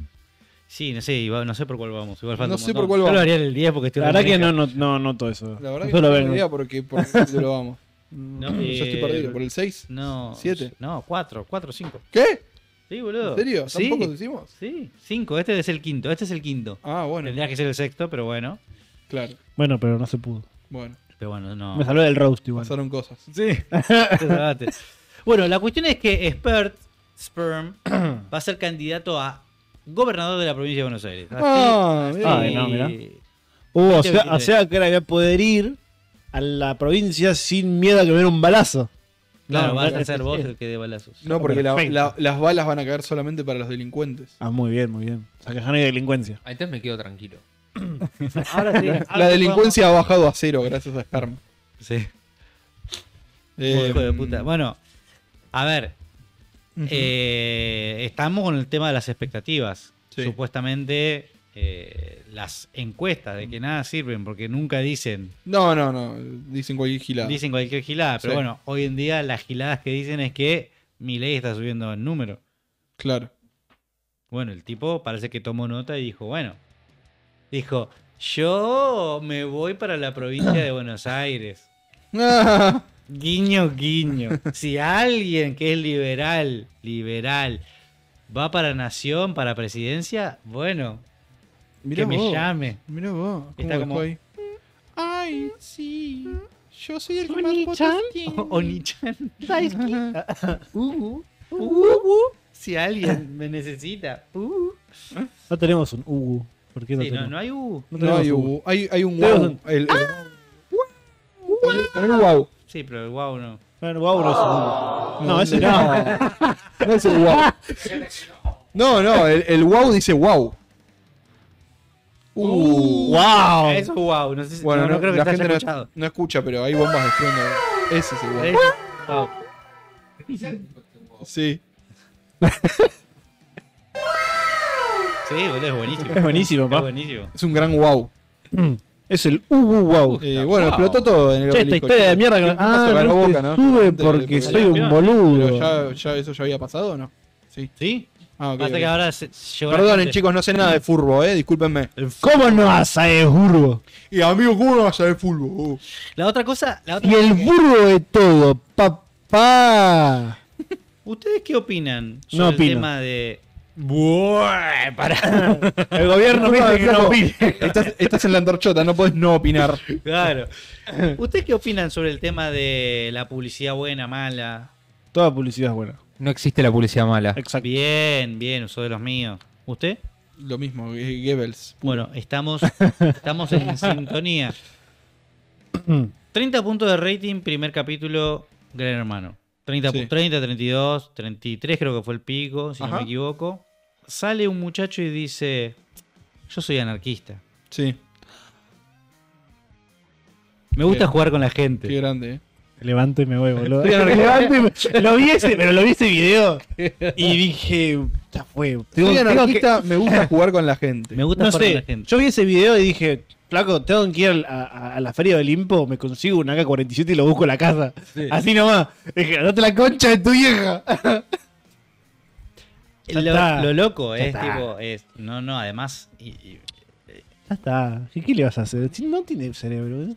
[SPEAKER 1] Sí, no sé, iba- no sé por cuál vamos. Igual falta
[SPEAKER 2] No
[SPEAKER 1] un
[SPEAKER 2] sé
[SPEAKER 1] montón.
[SPEAKER 2] por cuál
[SPEAKER 1] Yo lo
[SPEAKER 2] vamos.
[SPEAKER 1] haría el 10 porque estoy
[SPEAKER 3] La verdad que
[SPEAKER 1] remanija.
[SPEAKER 3] no, no, no noto eso.
[SPEAKER 2] La verdad que
[SPEAKER 3] Solo
[SPEAKER 2] no tengo
[SPEAKER 3] verlo.
[SPEAKER 2] idea porque por qué capítulo vamos.
[SPEAKER 1] No,
[SPEAKER 2] Yo estoy
[SPEAKER 1] eh,
[SPEAKER 2] perdido. ¿Por el 6?
[SPEAKER 1] No.
[SPEAKER 2] ¿Siete?
[SPEAKER 1] No, 4, 4, 5.
[SPEAKER 2] ¿Qué?
[SPEAKER 1] Sí, boludo.
[SPEAKER 2] ¿En serio?
[SPEAKER 1] Sí,
[SPEAKER 2] ¿Tampoco lo hicimos?
[SPEAKER 1] sí, 5. Este es el quinto, este es el quinto.
[SPEAKER 2] Ah, bueno.
[SPEAKER 1] Tendría que ser el sexto, pero bueno.
[SPEAKER 2] Claro.
[SPEAKER 3] Bueno, pero no se pudo.
[SPEAKER 2] Bueno,
[SPEAKER 1] Pero bueno, no.
[SPEAKER 3] Me salvé del roast igual.
[SPEAKER 2] pasaron cosas.
[SPEAKER 1] Sí. Te salvaste. bueno, la cuestión es que Spert, Sperm, va a ser candidato a gobernador de la provincia de Buenos Aires. Así-
[SPEAKER 2] Ah,
[SPEAKER 3] Ah,
[SPEAKER 1] así-
[SPEAKER 3] no, mirá. Uh, o, sea,
[SPEAKER 1] 20-23.
[SPEAKER 3] o sea que ahora voy a poder ir a la provincia sin miedo a que me den un balazo.
[SPEAKER 1] Claro,
[SPEAKER 3] No,
[SPEAKER 1] vas
[SPEAKER 3] no,
[SPEAKER 1] a ser
[SPEAKER 3] es-
[SPEAKER 1] vos
[SPEAKER 3] es-
[SPEAKER 1] el que dé balazos.
[SPEAKER 2] No, porque la-
[SPEAKER 3] Perfecto.
[SPEAKER 2] la- las balas van a caer solamente para los delincuentes.
[SPEAKER 3] Ah, muy bien, muy bien. O sea que ya no hay delincuencia.
[SPEAKER 4] Ah, Entonces me quedo tranquilo.
[SPEAKER 1] Ahora sí, ahora sí
[SPEAKER 2] La delincuncia ha bajado a cero gracias a Sperm.
[SPEAKER 1] podemos- Sí.
[SPEAKER 2] Eh,
[SPEAKER 1] Hijo de puta. Bueno, a ver, eh, estamos con el tema de las expectativas.
[SPEAKER 2] Sí.
[SPEAKER 1] Supuestamente eh, las encuestas de que nada sirven porque nunca dicen,
[SPEAKER 2] No, no, no. Dicen cualquier gilada.
[SPEAKER 1] dicen cualquier gilada, pero
[SPEAKER 2] Sí.
[SPEAKER 1] bueno, hoy en día las giladas que dicen es que mi ley está subiendo en número.
[SPEAKER 2] Claro.
[SPEAKER 1] Bueno, el tipo parece que tomó nota y dijo, bueno, dijo, yo me voy para la provincia de Buenos Aires.
[SPEAKER 2] Ah,
[SPEAKER 1] Guiño, guiño. Si alguien que es liberal, liberal, va para nación, para presidencia, bueno,
[SPEAKER 2] mirá
[SPEAKER 1] que me
[SPEAKER 2] vos.
[SPEAKER 1] llame.
[SPEAKER 2] Mirá vos.
[SPEAKER 1] Está como-
[SPEAKER 2] ¿Cómo como... ahí? Ay, sí. Yo soy el que más
[SPEAKER 5] Oni-chan.
[SPEAKER 3] Oh,
[SPEAKER 1] Onichan. Uh, Si alguien me necesita. Uh.
[SPEAKER 3] No tenemos un Ugu. ¿Por qué no
[SPEAKER 1] Sí, no,
[SPEAKER 3] tenemos?
[SPEAKER 1] no hay uh.
[SPEAKER 2] No, hay,
[SPEAKER 3] Tenemos
[SPEAKER 2] un- hay, hay un
[SPEAKER 3] Tenemos
[SPEAKER 2] wow.
[SPEAKER 3] un- Ah,
[SPEAKER 2] El, el- Hay un wow.
[SPEAKER 1] Sí, pero el wow no.
[SPEAKER 3] Bueno, Uau no es un Ugu. No, ese no.
[SPEAKER 2] No, no es el wow. No, no, el, el wow dice wow. Uh,
[SPEAKER 3] ¡Wow!
[SPEAKER 1] Ah, Eso es wow. No, sé si-
[SPEAKER 2] Bueno,
[SPEAKER 1] no, no creo que
[SPEAKER 2] la
[SPEAKER 1] te haya
[SPEAKER 2] gente
[SPEAKER 1] escuchado.
[SPEAKER 2] no, no escucha, pero hay bombas de estruendo. Ese es el wow.
[SPEAKER 1] Eso, wow.
[SPEAKER 2] Sí.
[SPEAKER 1] Sí, boludo, es buenísimo.
[SPEAKER 3] Es buenísimo,
[SPEAKER 1] Es
[SPEAKER 3] papá.
[SPEAKER 1] buenísimo.
[SPEAKER 2] Es un gran wow.
[SPEAKER 3] Es el Ugu Wow.
[SPEAKER 2] Eh, bueno, explotó todo en el
[SPEAKER 3] Che, esta
[SPEAKER 2] obelisco,
[SPEAKER 3] historia de
[SPEAKER 2] chicos.
[SPEAKER 3] mierda que
[SPEAKER 2] Nunca se
[SPEAKER 3] ah,
[SPEAKER 2] ganó
[SPEAKER 3] no
[SPEAKER 2] Boca,
[SPEAKER 3] te
[SPEAKER 2] ¿no?
[SPEAKER 3] sube
[SPEAKER 2] Antes de-
[SPEAKER 3] porque soy un
[SPEAKER 2] Pero
[SPEAKER 3] boludo.
[SPEAKER 2] ya, ya eso ya había pasado, ¿o ¿no? Sí.
[SPEAKER 1] ¿Sí?
[SPEAKER 2] Ah, ok.
[SPEAKER 1] Pasa que
[SPEAKER 2] ok.
[SPEAKER 1] ahora se, llegó la
[SPEAKER 2] Perdonen,
[SPEAKER 1] gente.
[SPEAKER 2] chicos, no sé nada de furbo, eh, discúlpenme.
[SPEAKER 3] ¿Cómo no hace el burbo?
[SPEAKER 2] Y amigo, ¿cómo no vas a saber furbo? Uh.
[SPEAKER 1] La otra cosa, la otra
[SPEAKER 3] Y el burbo de todo, papá.
[SPEAKER 1] ¿Ustedes qué opinan sobre
[SPEAKER 3] No
[SPEAKER 1] el
[SPEAKER 3] opino.
[SPEAKER 1] tema de. Buah, pará.
[SPEAKER 3] El gobierno me dice que no opine.
[SPEAKER 2] Estás, estás en la antorchota, no podés no opinar.
[SPEAKER 1] Claro. ¿Ustedes qué opinan sobre el tema de la publicidad buena, mala?
[SPEAKER 3] Toda publicidad es buena.
[SPEAKER 4] No existe la publicidad mala.
[SPEAKER 3] Exacto.
[SPEAKER 1] Bien, bien, uso de los míos. ¿Usted?
[SPEAKER 2] Lo mismo, eh, Goebbels.
[SPEAKER 1] Bueno, estamos, estamos en sintonía. 30 puntos de rating, primer capítulo, Gran Hermano. 30, pu-
[SPEAKER 2] Sí.
[SPEAKER 1] 30, 32, 33 creo que fue el pico, si no
[SPEAKER 2] Ajá.
[SPEAKER 1] me equivoco. Sale un muchacho y dice, yo soy anarquista.
[SPEAKER 2] Sí.
[SPEAKER 1] Me gusta jugar con la
[SPEAKER 2] Qué
[SPEAKER 1] gente.
[SPEAKER 2] grande, eh.
[SPEAKER 3] Levanto y me voy, boludo. Levanto y me- Lo vi ese, pero lo vi ese video y dije, ya fue. Tengo-
[SPEAKER 2] Soy
[SPEAKER 3] tengo que-
[SPEAKER 2] anarquista, me gusta jugar con la gente.
[SPEAKER 1] Me gusta
[SPEAKER 3] no
[SPEAKER 1] jugar
[SPEAKER 3] sé,
[SPEAKER 1] con la gente.
[SPEAKER 3] yo vi ese video y dije, flaco, tengo que ir a, a- a la feria de Olimpo, me consigo un AK-47 y lo busco en la casa. Así nomás. Dije, andate la concha de tu vieja. Ya
[SPEAKER 1] Lo,
[SPEAKER 3] está.
[SPEAKER 1] lo loco
[SPEAKER 3] Ya
[SPEAKER 1] es
[SPEAKER 3] está.
[SPEAKER 1] tipo. Es, no, no, además. y- y-
[SPEAKER 3] Ya está. ¿Qué, qué le vas a hacer? Si No tiene cerebro.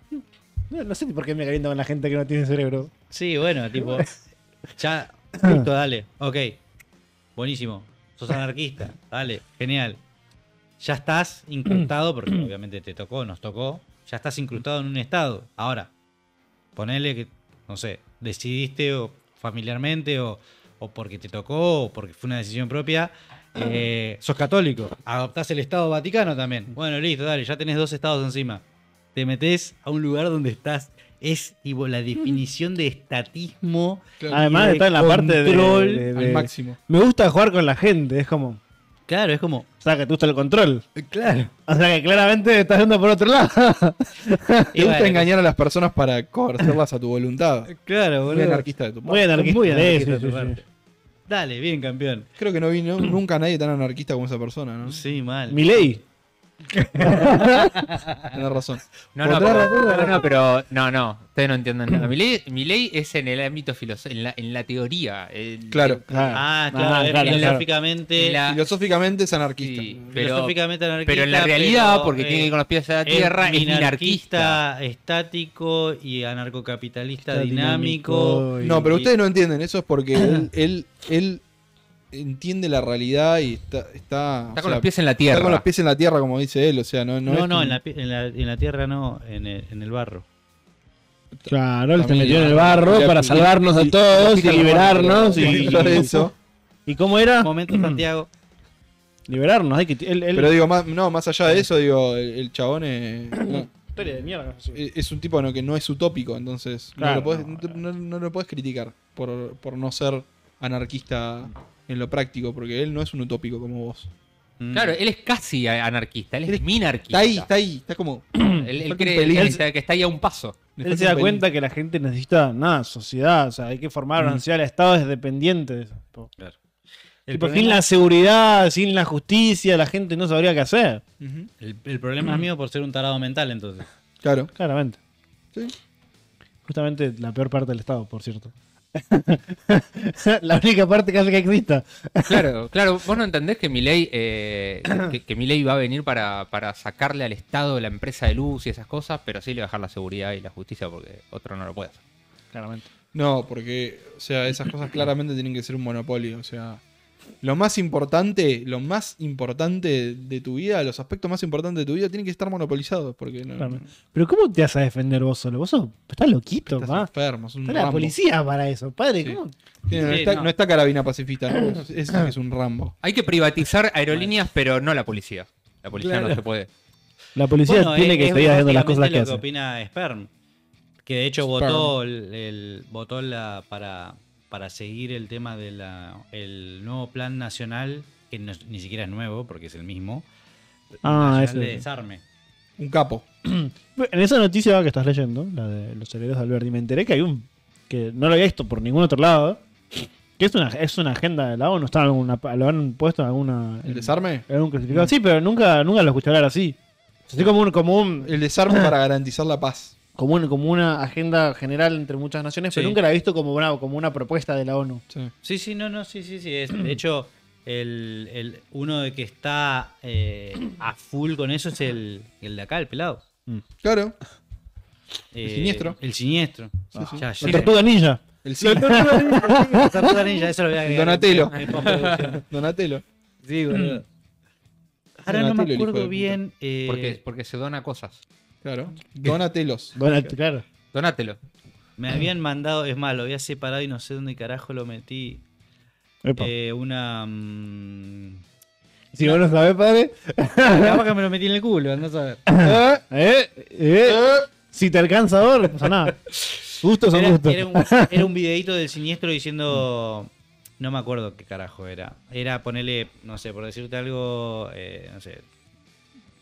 [SPEAKER 3] No, no sé por qué me caliento con la gente que no tiene cerebro.
[SPEAKER 1] sí, bueno, tipo. Ya, justo, dale. Ok. Buenísimo. Sos anarquista. Dale, genial. Ya estás incrustado, porque obviamente te tocó, nos tocó. Ya estás incrustado en un estado. Ahora, ponele que, no sé, decidiste o familiarmente o, o porque te tocó o porque fue una decisión propia, eh, sos católico, adoptás el Estado Vaticano también. Bueno, listo, dale, ya tenés dos estados encima. Te metés a un lugar donde estás. Es tipo la definición de estatismo.
[SPEAKER 2] Claro.
[SPEAKER 3] Además
[SPEAKER 1] de
[SPEAKER 3] está en la parte de,
[SPEAKER 1] control
[SPEAKER 3] de-
[SPEAKER 2] Al
[SPEAKER 3] de-
[SPEAKER 2] máximo.
[SPEAKER 3] Me gusta jugar con la gente, es como,
[SPEAKER 1] Claro, es como.
[SPEAKER 3] o sea, que te gusta el control.
[SPEAKER 2] Eh,
[SPEAKER 1] Claro.
[SPEAKER 3] O sea, que claramente estás yendo por otro lado.
[SPEAKER 2] Te gusta engañar a las personas para coercerlas a tu voluntad.
[SPEAKER 1] Claro,
[SPEAKER 2] Muy
[SPEAKER 1] boludo.
[SPEAKER 2] anarquista de tu
[SPEAKER 3] Muy
[SPEAKER 2] parte.
[SPEAKER 3] anarquista.
[SPEAKER 1] Muy
[SPEAKER 3] Sí,
[SPEAKER 1] anarquista
[SPEAKER 3] sí,
[SPEAKER 1] de tu
[SPEAKER 3] sí,
[SPEAKER 1] parte.
[SPEAKER 3] sí.
[SPEAKER 1] Dale, bien, campeón.
[SPEAKER 2] Creo que no vi no- nunca a nadie tan anarquista como esa persona,
[SPEAKER 4] Mm.
[SPEAKER 2] ¿no?
[SPEAKER 1] Sí, mal.
[SPEAKER 3] Milei.
[SPEAKER 2] Tenés razón.
[SPEAKER 4] No, no,
[SPEAKER 2] Otra
[SPEAKER 4] pero,
[SPEAKER 2] razón,
[SPEAKER 4] no, no, pero- no, no, ustedes no entienden nada. Mi ley, mi ley es en el ámbito filosófico, en la, en la teoría. el-
[SPEAKER 2] Claro.
[SPEAKER 1] Ah, claro,
[SPEAKER 3] Ah,
[SPEAKER 1] es
[SPEAKER 3] claro, claro.
[SPEAKER 1] filosóficamente.
[SPEAKER 4] en la-
[SPEAKER 2] Filosóficamente es anarquista.
[SPEAKER 4] sí, pero,
[SPEAKER 1] filosóficamente anarquista,
[SPEAKER 4] pero en la realidad,
[SPEAKER 1] pero,
[SPEAKER 4] porque
[SPEAKER 1] eh,
[SPEAKER 4] tiene que ir con los pies a la
[SPEAKER 1] es
[SPEAKER 4] tierra, es minarquista.
[SPEAKER 1] minarquista, estático y anarcocapitalista
[SPEAKER 3] Está
[SPEAKER 1] dinámico.
[SPEAKER 3] dinámico y-
[SPEAKER 2] No, pero
[SPEAKER 1] Y-
[SPEAKER 2] ustedes no entienden. Eso es porque él, él, él entiende la realidad y está. Está,
[SPEAKER 4] Está
[SPEAKER 2] o
[SPEAKER 4] con
[SPEAKER 2] sea,
[SPEAKER 4] los pies en la
[SPEAKER 2] está
[SPEAKER 4] tierra.
[SPEAKER 2] con los pies en la tierra, como dice él. O sea, no, no,
[SPEAKER 1] No,
[SPEAKER 2] es
[SPEAKER 1] no,
[SPEAKER 2] un-
[SPEAKER 1] en la, pi- en la- en la tierra no, en el, en el barro.
[SPEAKER 3] Claro, él se
[SPEAKER 2] También
[SPEAKER 3] metió en el
[SPEAKER 2] la-
[SPEAKER 3] barro
[SPEAKER 2] la-
[SPEAKER 3] para
[SPEAKER 2] la-
[SPEAKER 3] salvarnos a
[SPEAKER 2] la-
[SPEAKER 3] todos y
[SPEAKER 2] la-
[SPEAKER 3] liberarnos. Y,
[SPEAKER 2] Todo eso.
[SPEAKER 3] ¿Y cómo era?
[SPEAKER 1] Momento, Santiago.
[SPEAKER 3] Liberarnos. Hay que, él, él-
[SPEAKER 2] Pero digo, más, no, más allá de eso, digo, el, el chabón es, no,
[SPEAKER 3] Historia de mierda.
[SPEAKER 2] es- es un tipo no, que no es utópico, entonces no,
[SPEAKER 3] Claro,
[SPEAKER 2] lo podés,
[SPEAKER 3] no,
[SPEAKER 2] no- no lo podés criticar por, por no ser anarquista en lo práctico, porque él no es un utópico como vos.
[SPEAKER 1] Mm.
[SPEAKER 4] Claro, él es casi a- anarquista, él es
[SPEAKER 2] Él es-
[SPEAKER 4] minarquista.
[SPEAKER 2] Está ahí, está ahí, está como...
[SPEAKER 4] Él, él
[SPEAKER 2] falta
[SPEAKER 4] cree
[SPEAKER 2] un pelín.
[SPEAKER 4] él está- que está ahí a un paso.
[SPEAKER 2] le
[SPEAKER 3] Él
[SPEAKER 2] falta
[SPEAKER 3] se da
[SPEAKER 2] un pelín.
[SPEAKER 3] cuenta que la gente necesita, nada, sociedad. O sea, hay que formar una sociedad. El Estado es dependiente de eso.
[SPEAKER 1] El
[SPEAKER 3] Tipo,
[SPEAKER 1] problema-
[SPEAKER 3] sin la seguridad, sin la justicia, la gente no sabría qué hacer.
[SPEAKER 2] Ujú,
[SPEAKER 1] El, el problema es mío por ser un tarado mental, entonces.
[SPEAKER 2] Claro.
[SPEAKER 3] Claramente.
[SPEAKER 2] Sí.
[SPEAKER 3] Justamente la peor parte del Estado, por cierto. la única parte que hace que exista.
[SPEAKER 4] Claro, claro. Vos no entendés que Milei eh, que, que Milei va a venir para, para sacarle al Estado la empresa de luz y esas cosas, pero sí le va a dejar la seguridad y la justicia porque otro no lo puede hacer.
[SPEAKER 3] Claramente.
[SPEAKER 2] No, porque, o sea, esas cosas claramente tienen que ser un monopolio, o sea... Lo más importante, lo más importante de tu vida, los aspectos más importantes de tu vida tienen que estar monopolizados, porque no...
[SPEAKER 3] Claramente. Pero ¿cómo te vas a defender vos solo? Vos sos, estás loquito,
[SPEAKER 2] Estás
[SPEAKER 3] pa.
[SPEAKER 2] enfermo, es un
[SPEAKER 3] Está la
[SPEAKER 2] Rambo.
[SPEAKER 3] policía para eso, padre.
[SPEAKER 2] Sí.
[SPEAKER 3] ¿cómo?
[SPEAKER 2] Sí, no, no
[SPEAKER 1] Sí,
[SPEAKER 2] está,
[SPEAKER 1] no.
[SPEAKER 2] no está carabina pacifista, ¿no? es, es- es un Rambo.
[SPEAKER 4] Hay que privatizar aerolíneas, pero no la policía. La policía no se puede.
[SPEAKER 3] La policía
[SPEAKER 1] Bueno,
[SPEAKER 3] tiene
[SPEAKER 1] es-
[SPEAKER 3] que
[SPEAKER 1] es
[SPEAKER 3] seguir haciendo las cosas
[SPEAKER 1] básicamente
[SPEAKER 3] que
[SPEAKER 1] lo que
[SPEAKER 3] hace.
[SPEAKER 1] opina Sperm. Que de hecho
[SPEAKER 2] Sperm.
[SPEAKER 1] votó, el, el- votó la, para, para seguir el tema del nuevo plan nacional, que no es- ni siquiera es nuevo porque es el mismo.
[SPEAKER 3] Ah,
[SPEAKER 1] nacional
[SPEAKER 3] eso.
[SPEAKER 1] de desarme.
[SPEAKER 2] Un capo.
[SPEAKER 3] En esa noticia que estás leyendo, la de los herederos de Alberti, me enteré que hay un. que no lo había visto por ningún otro lado. Que es una, es una agenda de la ONU. Está en alguna, lo han puesto en alguna.
[SPEAKER 2] ¿El desarme?
[SPEAKER 3] en algún clasificado. Sí, pero nunca, nunca lo escuché hablar así. Así como un, como un
[SPEAKER 2] El desarme para garantizar la paz.
[SPEAKER 3] como, un- como una agenda general entre muchas naciones, pero
[SPEAKER 1] Sí.
[SPEAKER 3] nunca la he visto como una, como una propuesta de la ONU.
[SPEAKER 2] Sí.
[SPEAKER 1] Sí, sí, no, no, sí, sí, sí. es- de hecho, el, el- uno de que está eh, a full con eso es el, el de acá, el pelado.
[SPEAKER 2] Claro,
[SPEAKER 1] Eh,
[SPEAKER 2] siniestro.
[SPEAKER 1] El siniestro. Ya,
[SPEAKER 3] La
[SPEAKER 1] ya.
[SPEAKER 3] tortuga ninja.
[SPEAKER 2] el cine.
[SPEAKER 1] La tortuga ninja, eso lo voy a agregar.
[SPEAKER 2] Donatello.
[SPEAKER 1] En postproducción.
[SPEAKER 2] Donatello.
[SPEAKER 1] Sí, boludo. Mm. Ahora no me
[SPEAKER 2] Donatello, el hijo de
[SPEAKER 1] acuerdo
[SPEAKER 2] puta.
[SPEAKER 1] bien. eh,
[SPEAKER 4] Porque, porque se dona cosas.
[SPEAKER 2] Claro. Donatelos.
[SPEAKER 3] Bueno, claro.
[SPEAKER 4] Donátelo.
[SPEAKER 1] Me habían mandado, es más, lo había separado y no sé dónde carajo lo metí.
[SPEAKER 3] Epa.
[SPEAKER 1] Eh, una. mm,
[SPEAKER 3] si vos no sabés, padre.
[SPEAKER 1] capaz que me lo metí en el culo, andás a ver.
[SPEAKER 3] ¿Eh? ¿Eh? Si te alcanza ahora, no pasa nada. Gustos son
[SPEAKER 1] Era,
[SPEAKER 3] gustos.
[SPEAKER 1] era un, era un videíto del siniestro diciendo. No me acuerdo qué carajo era. Era ponerle, no sé, por decirte algo. eh, no sé.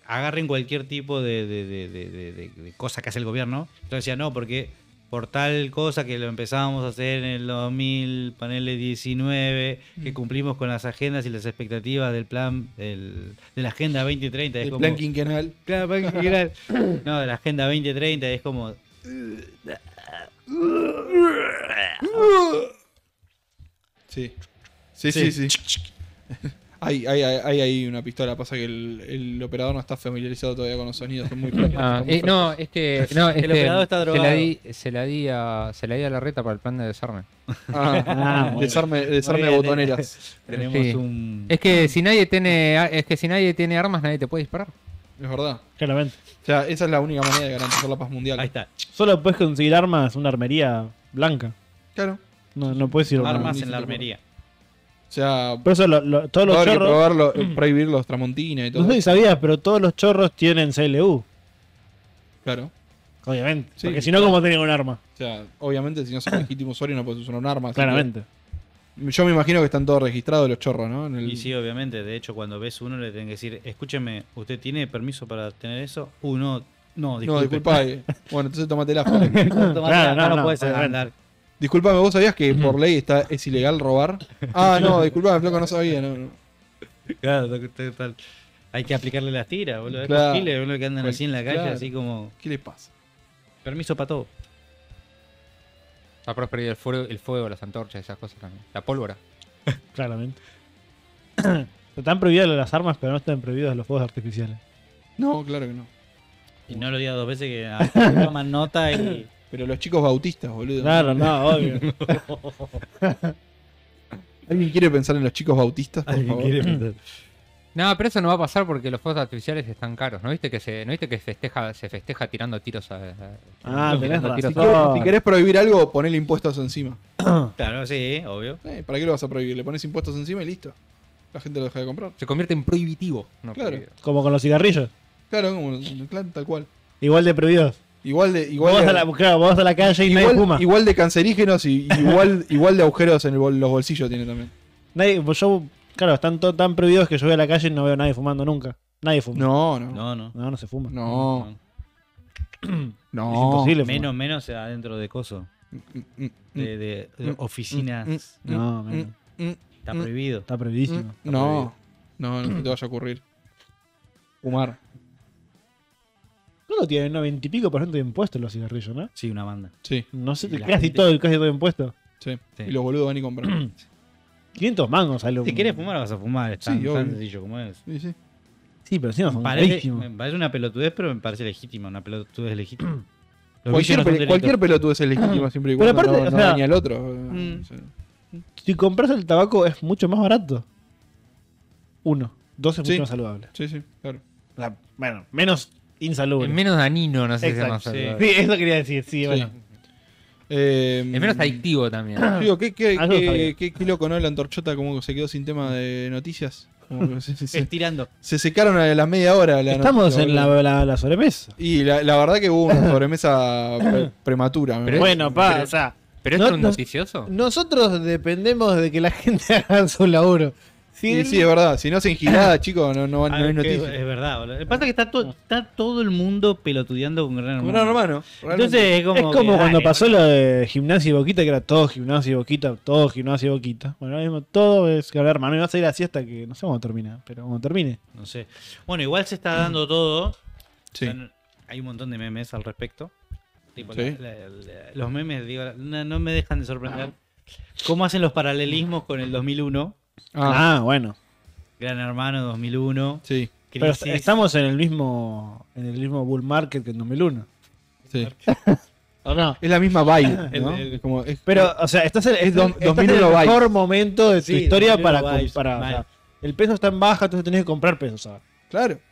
[SPEAKER 1] agarren cualquier tipo de, de- de- de- de- de- de cosa que hace el gobierno. Entonces decía, no, porque por tal cosa que lo empezábamos a hacer en el 2000, panele 19, que cumplimos con las agendas y las expectativas del plan, del- de la Agenda 2030. es
[SPEAKER 2] El
[SPEAKER 1] como-
[SPEAKER 2] plan quinquenal.
[SPEAKER 1] Claro, plan quinquenal. No, de la Agenda 2030 es como...
[SPEAKER 2] Sí. Sí, sí, sí. Hay, hay, hay, hay ahí una pistola, pasa que el, el operador no está familiarizado todavía con los sonidos, son muy flacos,
[SPEAKER 4] Ah,
[SPEAKER 2] son muy
[SPEAKER 4] eh, no, es que. No, es
[SPEAKER 1] El
[SPEAKER 4] que
[SPEAKER 1] operador está
[SPEAKER 4] Se la,
[SPEAKER 1] drogado.
[SPEAKER 4] di, se, la di a, se la di a la reta para el plan de desarme.
[SPEAKER 2] flacos. Ah,
[SPEAKER 3] bueno.
[SPEAKER 2] desarme desarme
[SPEAKER 1] Muy bien,
[SPEAKER 2] botoneras.
[SPEAKER 1] Tenemos
[SPEAKER 4] Sí.
[SPEAKER 1] un...
[SPEAKER 4] Es que si nadie tiene a- es que si nadie tiene armas, nadie te puede disparar.
[SPEAKER 2] Es verdad.
[SPEAKER 3] Claramente.
[SPEAKER 2] O sea, esa es la única manera de garantizar la paz mundial.
[SPEAKER 1] Ahí está.
[SPEAKER 3] Solo puedes conseguir armas en una armería blanca.
[SPEAKER 2] Claro.
[SPEAKER 3] No, no puedes ir a una-
[SPEAKER 1] Armas
[SPEAKER 2] ni
[SPEAKER 1] en
[SPEAKER 2] se
[SPEAKER 1] la
[SPEAKER 2] te ocurra.
[SPEAKER 1] armería.
[SPEAKER 2] O sea,
[SPEAKER 3] Por eso lo- lo- todos
[SPEAKER 2] va a
[SPEAKER 3] los
[SPEAKER 2] haber que
[SPEAKER 3] chorros.
[SPEAKER 2] probarlo, eh, prohibir los tramontina y todo.
[SPEAKER 3] No sé si
[SPEAKER 2] eso.
[SPEAKER 3] sabías, pero todos los chorros tienen CLU.
[SPEAKER 2] Claro.
[SPEAKER 3] Obviamente.
[SPEAKER 2] Sí.
[SPEAKER 3] Porque si no, ¿cómo tenían un arma?
[SPEAKER 2] O sea, obviamente si no sos legítimo usuario no puedes usar un arma. así que-
[SPEAKER 3] Claramente.
[SPEAKER 2] Yo me imagino que están todos registrados los chorros, ¿no? En el-
[SPEAKER 1] Y sí, obviamente, de hecho, cuando ves uno le tienen que decir, escúcheme, ¿usted tiene permiso para tener eso? Uno, no, disculpe.
[SPEAKER 2] No, disculpa. eh. Bueno, entonces tomate la foto.
[SPEAKER 1] Tomate,
[SPEAKER 3] Claro,
[SPEAKER 1] no,
[SPEAKER 3] no,
[SPEAKER 1] no,
[SPEAKER 3] no,
[SPEAKER 1] puedes
[SPEAKER 3] obviamente.
[SPEAKER 1] andar.
[SPEAKER 2] Disculpame, ¿vos sabías que por ley está, es ilegal robar? Ah, no, disculpame, flaco, no sabía. No, no.
[SPEAKER 1] Claro, to- to- tal. Hay que aplicarle las tiras, boludo. Es
[SPEAKER 2] Claro. Pues
[SPEAKER 1] posible, boludo, que andan así en la calle,
[SPEAKER 2] Claro.
[SPEAKER 1] así como,
[SPEAKER 2] ¿Qué le pasa?
[SPEAKER 1] permiso para todo.
[SPEAKER 4] La prosperidad, el fuego, el fuego, las antorchas, esas cosas también. La pólvora.
[SPEAKER 3] Claramente. están prohibidas las armas, pero no están prohibidos los fuegos artificiales.
[SPEAKER 2] No, claro que no.
[SPEAKER 1] Y no lo digas dos veces que ah, toman nota y...
[SPEAKER 2] Pero los chicos bautistas, boludo.
[SPEAKER 3] Claro, no, obvio.
[SPEAKER 2] ¿Alguien quiere pensar en los chicos bautistas, por favor?
[SPEAKER 4] No, pero eso no va a pasar porque los fuegos artificiales están caros. ¿No viste que se, no viste que festeja, se festeja tirando tiros a. a-
[SPEAKER 3] Ah,
[SPEAKER 4] tirando
[SPEAKER 3] tenés razón.
[SPEAKER 4] tiros
[SPEAKER 2] Si,
[SPEAKER 4] a-
[SPEAKER 2] quieres- si querés prohibir algo, ponele impuestos encima.
[SPEAKER 1] Claro, sí, obvio.
[SPEAKER 2] Eh, ¿Para qué lo vas a prohibir? Le pones impuestos encima y listo. La gente lo deja de comprar.
[SPEAKER 4] Se convierte en prohibitivo. No
[SPEAKER 2] Claro.
[SPEAKER 4] prohibido.
[SPEAKER 3] Como con los cigarrillos.
[SPEAKER 2] Claro, como, claro, tal cual.
[SPEAKER 3] Igual de prohibidos.
[SPEAKER 2] Igual de,
[SPEAKER 3] Vos
[SPEAKER 2] igual
[SPEAKER 3] vas,
[SPEAKER 2] de,
[SPEAKER 3] a la, claro, vos vas a la calle y nadie fuma.
[SPEAKER 2] igual, igual de cancerígenos y y igual, igual de agujeros en el bol- los bolsillos tiene también.
[SPEAKER 3] Nadie, pues yo, claro, están to- tan prohibidos que yo voy a la calle y no veo a nadie fumando nunca. Nadie fuma.
[SPEAKER 2] No, no.
[SPEAKER 1] No, no.
[SPEAKER 3] no, no se fuma.
[SPEAKER 2] No, no.
[SPEAKER 3] Es imposible fumar.
[SPEAKER 1] Menos, menos adentro de coso,
[SPEAKER 2] Mm, mm, mm,
[SPEAKER 1] de, de- de
[SPEAKER 2] Mm.
[SPEAKER 1] oficinas.
[SPEAKER 2] mm,
[SPEAKER 3] No,
[SPEAKER 2] mm,
[SPEAKER 3] menos.
[SPEAKER 2] mm, mm,
[SPEAKER 1] Está prohibido.
[SPEAKER 3] Está prohibidísimo.
[SPEAKER 2] No, no, no se te vaya a ocurrir. Fumar.
[SPEAKER 3] ¿Cuánto tienen? 90 y pico por ciento de impuestos los cigarrillos, ¿no?
[SPEAKER 1] Sí, una banda.
[SPEAKER 2] Sí,
[SPEAKER 3] No sé,
[SPEAKER 1] Y la
[SPEAKER 3] casi
[SPEAKER 1] gente-
[SPEAKER 3] todo, casi todo impuesto.
[SPEAKER 2] sí,
[SPEAKER 1] Sí.
[SPEAKER 2] Y los boludos van y compran.
[SPEAKER 3] 500 mangos sale un-
[SPEAKER 1] Si quieres fumar, vas a fumar. Es
[SPEAKER 2] Sí,
[SPEAKER 1] tan, tan
[SPEAKER 2] obvio.
[SPEAKER 1] sencillo como es.
[SPEAKER 2] Sí, sí.
[SPEAKER 3] Sí, pero encima son
[SPEAKER 1] Parece,
[SPEAKER 3] carísimos.
[SPEAKER 1] me parece una pelotudez, pero me parece legítima. Una pelotudez legítima. Los
[SPEAKER 2] Cualquier,
[SPEAKER 1] vicios no son
[SPEAKER 2] pel-
[SPEAKER 1] delitos.
[SPEAKER 2] cualquier pelotudo es legítimo siempre igual.
[SPEAKER 3] Pero aparte,
[SPEAKER 2] no,
[SPEAKER 3] o
[SPEAKER 2] no
[SPEAKER 3] sea-
[SPEAKER 2] daña al otro.
[SPEAKER 1] Mm.
[SPEAKER 2] O sea,
[SPEAKER 3] Si compras el tabaco es mucho más barato. Uno. Dos es
[SPEAKER 2] Sí.
[SPEAKER 3] mucho más saludable.
[SPEAKER 2] Sí, sí, claro.
[SPEAKER 3] O sea, bueno, menos insalubre.
[SPEAKER 4] Es menos danino, no sé
[SPEAKER 3] Exacto,
[SPEAKER 4] si se
[SPEAKER 1] sí.
[SPEAKER 4] llama.
[SPEAKER 3] Sí, eso quería decir, sí,
[SPEAKER 2] Sí.
[SPEAKER 3] bueno.
[SPEAKER 2] Eh,
[SPEAKER 4] Es menos adictivo también.
[SPEAKER 2] Digo, ¿qué, qué,
[SPEAKER 3] Algo
[SPEAKER 2] qué-
[SPEAKER 3] está bien.
[SPEAKER 2] qué- qué loco, ¿no? La antorchota como se quedó sin tema de noticias. Como que se, se- se-
[SPEAKER 1] Estirando.
[SPEAKER 2] se secaron a las media hora. la
[SPEAKER 3] Estamos
[SPEAKER 2] noticia,
[SPEAKER 3] en la,
[SPEAKER 2] boludo.
[SPEAKER 3] la- la sobremesa.
[SPEAKER 2] Y la, la verdad que hubo una sobremesa pre- prematura. me
[SPEAKER 4] Pero-
[SPEAKER 2] parece.
[SPEAKER 3] Bueno, pa,
[SPEAKER 4] pero-
[SPEAKER 3] o sea,
[SPEAKER 4] ¿Pero esto
[SPEAKER 3] No,
[SPEAKER 4] es un
[SPEAKER 3] no-
[SPEAKER 4] noticioso?
[SPEAKER 3] nosotros dependemos de que la gente haga su laburo. Si
[SPEAKER 2] Y
[SPEAKER 3] él-
[SPEAKER 2] sí, es verdad. Si no hacen girada, chicos, no, no, no
[SPEAKER 1] Ah,
[SPEAKER 2] hay
[SPEAKER 1] es que-
[SPEAKER 2] noticias.
[SPEAKER 1] es verdad, boludo. Lo que pasa es que está, to- está todo el mundo pelotudeando con Gran
[SPEAKER 2] Como
[SPEAKER 1] Hermano.
[SPEAKER 2] Gran hermano.
[SPEAKER 1] Entonces es como.
[SPEAKER 3] es
[SPEAKER 1] que,
[SPEAKER 3] como
[SPEAKER 1] dale,
[SPEAKER 3] cuando pasó lo de gimnasia y boquita, que era todo gimnasia y boquita, todo gimnasia y boquita. Bueno, ahora mismo todo es que hablar, hermano, y va a salir así hasta que no sé cuándo termina, pero cuando termine.
[SPEAKER 1] No sé. Bueno, igual se está dando todo.
[SPEAKER 2] Sí.
[SPEAKER 1] O sea, no- hay un montón de memes al respecto. Tipo,
[SPEAKER 2] Sí.
[SPEAKER 1] la- la- la- los memes, digo, no, no me dejan de sorprender. ¿Cómo hacen los paralelismo con el 2001?
[SPEAKER 2] Ah,
[SPEAKER 3] ah bueno.
[SPEAKER 1] Gran Hermano 2001.
[SPEAKER 2] sí,
[SPEAKER 3] Pero
[SPEAKER 1] crisis.
[SPEAKER 3] est- estamos en el mismo en el mismo bull market que en 2001.
[SPEAKER 2] sí.
[SPEAKER 3] ¿O no?
[SPEAKER 2] Es la misma vibe,
[SPEAKER 1] El-
[SPEAKER 2] ¿no?
[SPEAKER 1] el-
[SPEAKER 2] Es como, es-
[SPEAKER 3] Pero, o sea, estás en, es
[SPEAKER 2] dos-
[SPEAKER 3] estás en
[SPEAKER 2] 2001
[SPEAKER 3] el
[SPEAKER 2] vibes.
[SPEAKER 3] mejor momento de tu
[SPEAKER 1] Sí,
[SPEAKER 3] historia
[SPEAKER 1] 2001
[SPEAKER 3] para
[SPEAKER 1] vibes,
[SPEAKER 3] comprar. o sea,
[SPEAKER 1] mal.
[SPEAKER 3] el peso está en baja, entonces tenés que comprar pesos ahora.
[SPEAKER 2] claro.